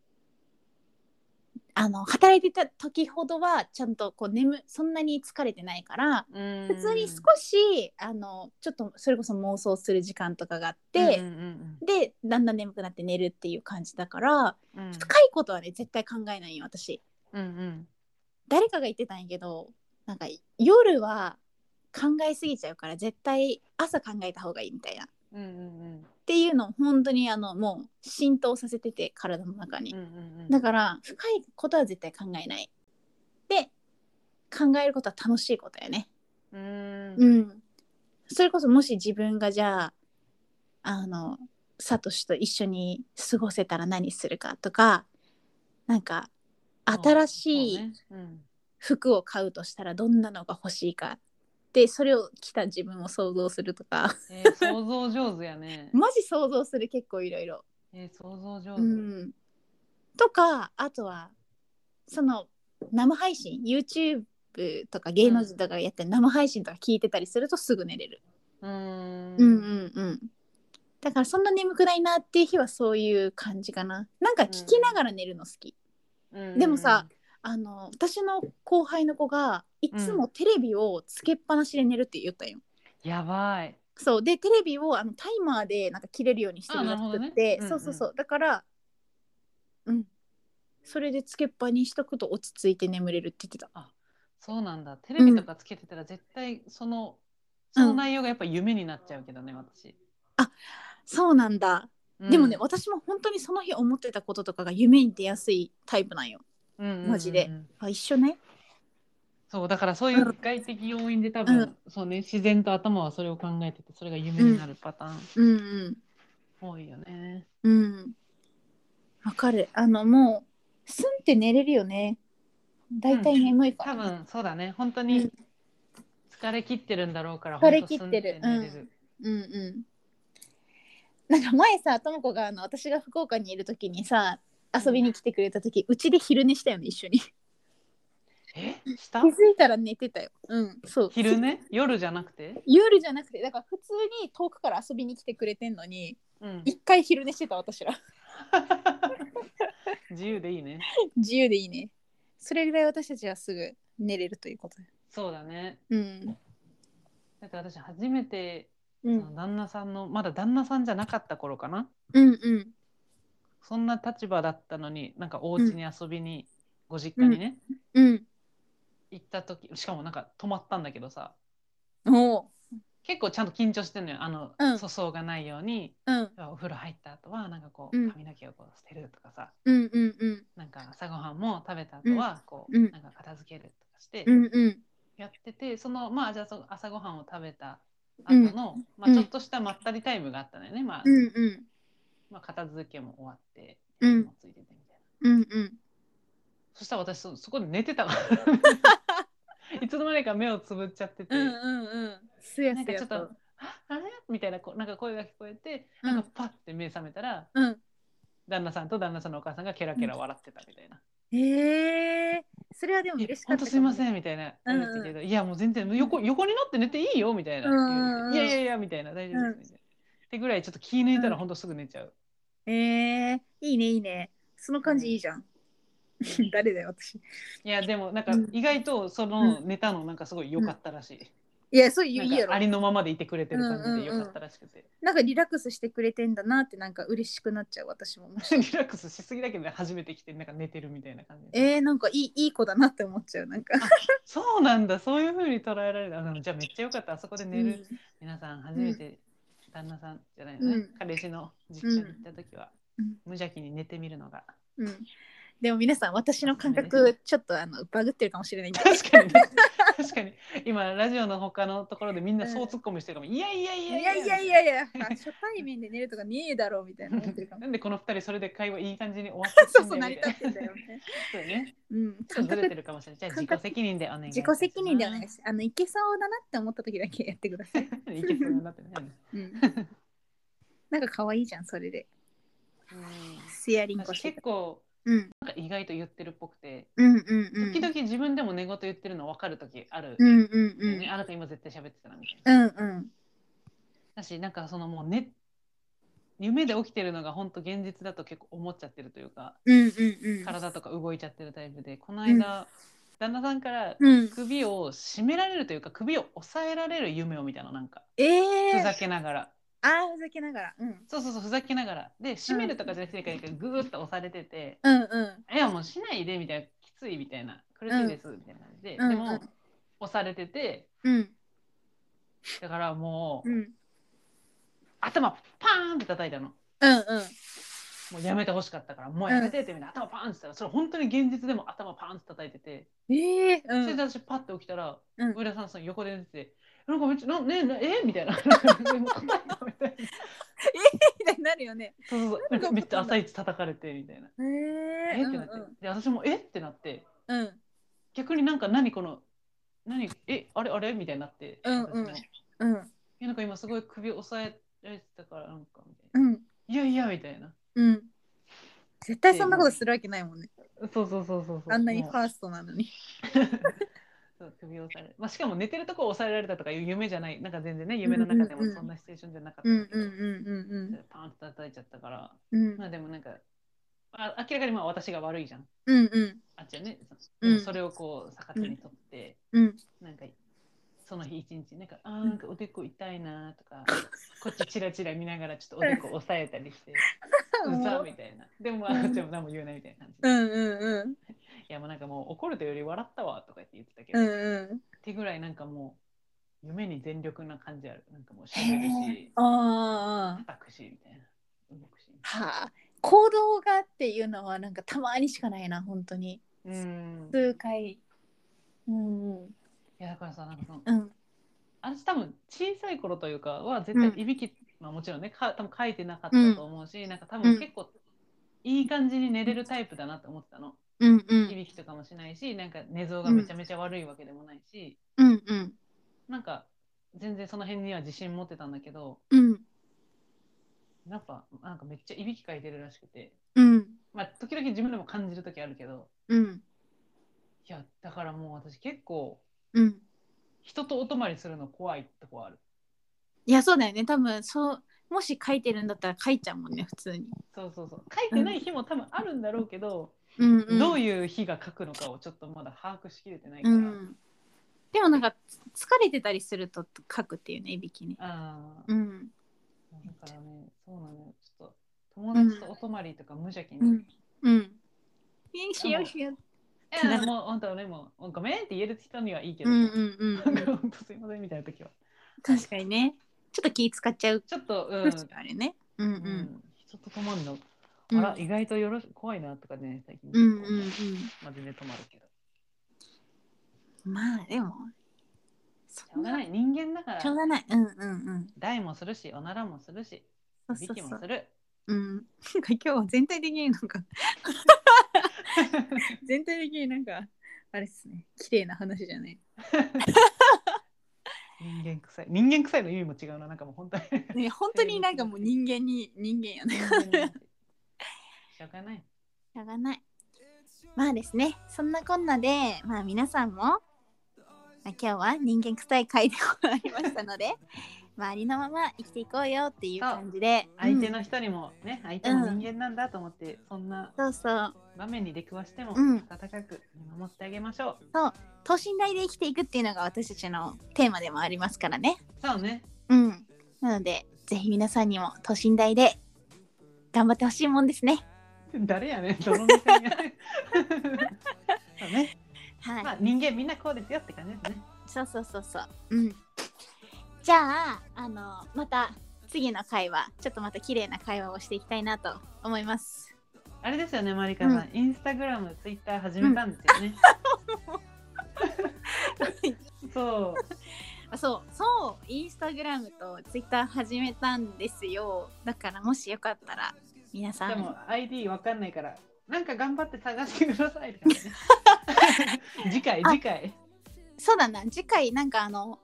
あの、働いてた時ほどは、ちゃんとこう眠、そんなに疲れてないから、
うん
普通に少し、あの、ちょっとそれこそ妄想する時間とかがあって、
うんうん
で、だんだん眠くなって寝るっていう感じだから、
うんうん
深いことはね、絶対考えないよ、私。
うんうん
誰かが言ってたんやけどなんか夜は考えすぎちゃうから絶対朝考えた方がいいみたいなっ
うんうん
ていうのを本当にあのもう浸透させてて体の中に
うんう、ん
だから深いことは絶対考えないで考えることは楽しいことやね
うんうん
う
うん
んそれこそもし自分がじゃああのサトシと一緒に過ごせたら何するかとかなんか新しい
そうねうん
服を買うとしたらどんなのが欲しいかでそれを着た自分を想像するとか
えー想像上手やね
マジ想像する結構いろいろ。
えー想像上
う
手、
んとかあとはその生配信 YouTube とか芸能人とかがやってる生配信とか聞いてたりするとすぐ寝れる。
うーん
うんうんうんだからそんな眠くないなっていう日はそういう感じかな。なんか聞きながら寝るの好き。
うんうん
でもさあの私の後輩の子がいつもテレビをつけっぱなしで寝るって言ったんよ。
やばい
そうでテレビをあのタイマーでなんか切れるようにしてるらし
あなるほ
く
ど
て、
ねうんうん
そうそうそうだからうんそれでつけっぱにしとくと落ち着いて眠れるって言ってた
そうなんだテレビとかつけてたら絶対その、その内容がやっぱ夢になっちゃうけどね私、
そうなんだ、
うん
でもね私も本当にその日思ってたこととかが夢に出やすいタイプなんよ
うんうんうんうん
マジであ一緒ね
そうだからそういう外的要因で多
う
分、
ん
そうね自然と頭はそれを考えててそれが夢になるパターン
うんうん
多いよね、
うんわかるあのもうすんって寝れるよねだいたい眠いか
多
ら、
分そうだね本当
う
に
ん
疲れ切ってるんだろうから
疲れ切ってる
ほんとすん寝れる
うんうん。なんか前さともこがあの私が福岡にいる時にさ遊びに来てくれた時うちで昼寝したよね一緒に気
え
*laughs*
した
づいたら寝てたようんそう
昼寝夜じゃなくて
夜じゃなくてだから普通に遠くから遊びに来てくれてんのに
うん
一回昼寝してた私ら *laughs*
自由でいいね
自由でいいねそれぐらい私たちはすぐ寝れるということで
そうだね
うん
だって私初めて、
う
そ
ん
の旦那さんのまだ旦那さんじゃなかった頃かな
うんうん
そんな立場だったのになんかお家に遊びに、ご実家にね、
うん
行った時しかもなんか泊まったんだけどさ
おう
結構ちゃんと緊張してんのよあの、
うん
粗相がないように
うん
お風呂入った後はなんかこ
うん
う髪の毛をこう捨てるとかさ、
うんうんうん
なんか朝ごはんも食べた後はこう、
うん
なんか片付けるとかして
うんうん
やってて、そのまあじゃあそ朝ごはんを食べた後
うん
の、まあ、
うん
ちょっとしたまったりタイムがあったのよね、まあ
うんうん
まあ、片付けも終わって、
うん
もついててみたいな
うんうん
そしたら私そそこで寝
*laughs*
てたからいつの間にか目をつぶっちゃってて、
うんうんうんすや
なん
す
かち
や
ょっと
と
「ああれ?」みたいなこうなんか声が聞こえて、
うん
なんかパッて目覚めたら
うん
旦那さんと旦那さんのお母さんがケラケラ笑ってたみたいな
ええそれは
「
でも
え
嬉しか
ほ
っ
ん
た
と
か
すい
も
ま
ね
せん」みたいな
うんうん
言ってたけど「いやもう全然横横になって寝ていいよ」みたいな
うんうんうん
言われていやいやいや」みたいな「大丈夫です」みたいな。ってぐらいちょっと気抜いたらほんとすぐ寝ちゃう。
ええいいねいいねその感じいいじゃん *laughs* 誰だよ私
いやでもなんか
うん
意外とその寝たのなんかすごい良かったらしい。
いやそう
な
言
ん
うや
か
ろ
ありのままでいてくれてる感じでよかったらしくて、 *laughs*
なんかリラックスしてくれてんだなってなんか嬉しくなっちゃう私も
リラックスしすぎだけどね初めて来てなんか寝てるみたいな感じ
*laughs* えー、なんかいいいい子だなって思っちゃうなんか
そうなんだそういう風に捉えられるあのじゃあめっちゃよかったあそこで寝る、皆さん初めて旦那さんじゃないのね、
うん
彼氏の実家に行った時は、
うん
無邪気に寝てみるのが *laughs*
うんうんでも皆さん私の感
そう
覚ちょっとあのバグってるかもしれないんで
確かに、ね、確かに今ラジオの他のところでみんなそう突っ込みしてるかも、いやいやい
い
や
やいやいやいや初対面で寝るとかねえだろうみたいな思ってるかも
なんでこの二人それで会話いい感じに終わって
そう
き
そう成り立ってんだよ
ね。
ね
そうね。
うん
ちょっ
感
とずれて
覚
るかもしれない。じゃあ
感
自
覚
己責任でお願いいたし
自
ます。
己責任ではないですあのいけそうだなって思った時だけやってくだ
*laughs*
さい、
いけそうになってね。
うん、なんか可愛いじゃんそれで
う
スヤリ
ん
ン
なん
コ
か
して
結構
うん
なんか意外と言ってるっぽくて、
うんうんうん
時々自分でも寝言言ってるの分かる時ある。
うんうんうん
ねあなた今絶対喋ってたなみたいな。
うんうん
だしなんかそのもうね夢で起きてるのが本当現実だと結構思っちゃってるというか
うんうんうん
体とか動いちゃってるタイプでこの間、旦那さんから
うん
首を絞められるというか首を押さえられる夢を見たのなんか
え
ふ
え
ざ
ー、
けながら、
あーふざけながらうん
そうそうそうふざけながらで締めるとかじゃなくてなんかグーッと押されてて
うんうん
「いやもうしないで」みたいな「きつい」みたいな「苦しいです」みたいな感じで、
うん
で
う
も
ん
押されてて
うん
だからもう、
うん
頭パーンって叩いたの。
うんうん
もうやめてほしかったからもうやめてってみたいな、頭パーンってしたらそれ本当に現実でも頭パーンって叩いてて、
ええ
それで
ー、
私パッて起きたら
うん
上田さんその横で寝てて「なんかめっちゃなねなえみたい
*laughs*
ななんかもう叩いたみたいな
うん、なるよね。
そうそうそうなんかめっちゃ朝一叩かれてみたいな
えー、
「えっ?」
え
てなって、で私も「えっ?」てなって
うんうん
逆になんか何この何えあれあれみたいになって、
うんうん
私も
うん
えなんか今すごい首押さえられてたからなんかみたいな
うん
いやいやみたいな
うん絶対そんなことするわけないもんね。
そうそうそうそうそう
あんなに
も
フ
う
ァーストなのに。
そう首を押さえられまあ、しかも寝てるとこを押さえられたとかいう夢じゃないなんか全然ね夢の中でも
うんうんうん
そんなシチュエーションじゃなかった
うんうん
だけど
うん
パーンと叩いちゃったから
うんうん。
まあでもなんか、あ、明らかにまあ私が悪いじゃん
うんうん
あっちはね
うん
でもそれをこう逆手にとって、
うん
なんかその日一日なんかあーなんかおでこ痛いなと
*laughs*
かこっちチラチラ見ながらちょっとおでこ押さえたり
*laughs*
してうざみたいなでもあっちも何も言えないみたいな感じで、
う
い
んうん
やもうなんかもう怒るというより笑ったわとか言って言ってたけ
う
ど、
んうん。
ってぐらいなんかもう夢に全力な感じあるなんかもうしゃべるし
ああ。
叩くしみたいな動くし
はあ。行動がっていうのはなんかたまにしかないな本当に。
うんい
数回。うんうん
やだからさなんかその
うん
私多分小さい頃というかは絶対いびき、まあもちろんねか多分書いてなかったと思うし、なんか多分結構いい感じに寝れるタイプだなって思ってたの、
うんう
い
ん
びきとかもしないしなんか寝相がめちゃめちゃ悪いわけでもないし、
うんうん
なんか全然その辺には自信持ってたんだけど
うん
やっぱなんかめっちゃいびきかいてるらしくて
うん
まあ時々自分でも感じる時あるけど
うん
いやだからもう私結構
うん。
人とお泊まりするの怖いとこある
いやそうだよね多分そうもし書いてるんだったら書いちゃうもんね普通に。
そうそうそう書いてない日も多分あるんだろうけど、
うんうん。
どういう日が書くのかをちょっとまだ把握しきれてないか
う
ら、
ん、でもなんかつ疲れてたりすると書くっていうねいびきね。
ああ
うん
だからねそうなのよちょっと友達とお泊まりとか無邪気に、
うんうん。いいしようしよう。
いやもう本当ねもうごめんって言える人にはいいけど、
うんう
*laughs* なん
んうんうん。
か本当すいませんみたいな時は
確かにね。ちょっと気使っちゃう
ちょっとうん、
時があるね。うんう。
うん人と泊まるの
うん
あら、意外とよろし怖いなとかね最近
うんうん
結構まあ、全然泊まるけど
うん。まあでも。
し
そ
ょ
ん
うが
な
ない人間だから
しょうがない。うんうん
大もするしおならもするし
うん。
び
そう
き
そうそ
も
う
す。る。
うん。なんか今日は全体的になん
*laughs*
か全体的になんかあれっすね。綺麗な話じ
*laughs*
ゃない。
人間臭い人間臭いの意味も違うななんかもう本
*laughs*
当に
ね本当になんかもう人間に人間やね。
人間なんてしょうがない
しょうがない。まあですね、そんなこんなで、ま *laughs* あ皆さんも、まあ、今日は人間臭い回で終わりましたので、周りのまま生きていこうよっていう感じで
相手
うん
の人にもね、相手も人間なんだと思って、そんな
そうそう
場面に出くわしても
うん
温かく見守ってあげましょう。
等身大で生きていくっていうのが私たちのテーマでもありますからね
そうね。
うんなのでぜひ皆さんにも等身大で頑張ってほしいもんですね
誰やねん、どの目
*laughs*
線やねんそうね。
はい、
まあ人間みんなこうですよって感じですね。
そうそうそうそううんじゃああのまた次の回はちょっとまた綺麗な会話をしていきたいなと思います
あれですよね、マリカさん。インスタグラム、ツイッター始めたんですよね。 *laughs* そう。
あそうそうインスタグラムとツイッター始めたんですよだからもしよかったら皆さ
で
ん
も ID わかんないから、なんか頑張って探してくださいとか
*laughs*
ね。次回、
あ
次回。
そうだな次回なんかあの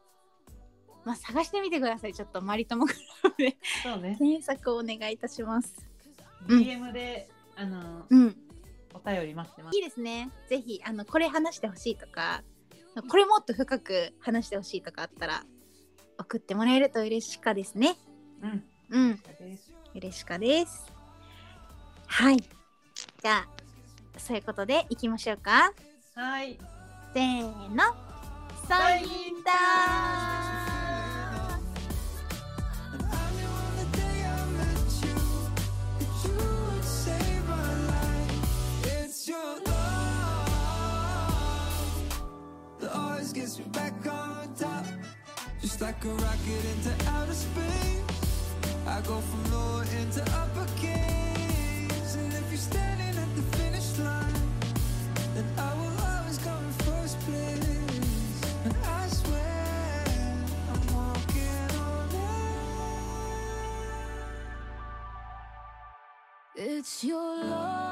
まあ探してみてくださいちょっとマリトモグラムで
そうね。
*laughs* 検索をお願いいたしますうん
DM で、あの、
うん
お便り待ってます
い。いですねぜひあのこれ話してほしいとかこれもっと深く話してほしいとかあったら送ってもらえると嬉しかですね
うん。
うん
です
嬉しかです。はい。じゃあ、そういうことでいきましょうか。
はい。
せーの。サインダー
I knew on the day I met you that you would save my life. It's your love that always gets me back on top, just like a rocket into outer space. I go from lower into upper case, and if you're standing at the finish line, then I will always come in first place. And I swear I'm walking on air. It's your love.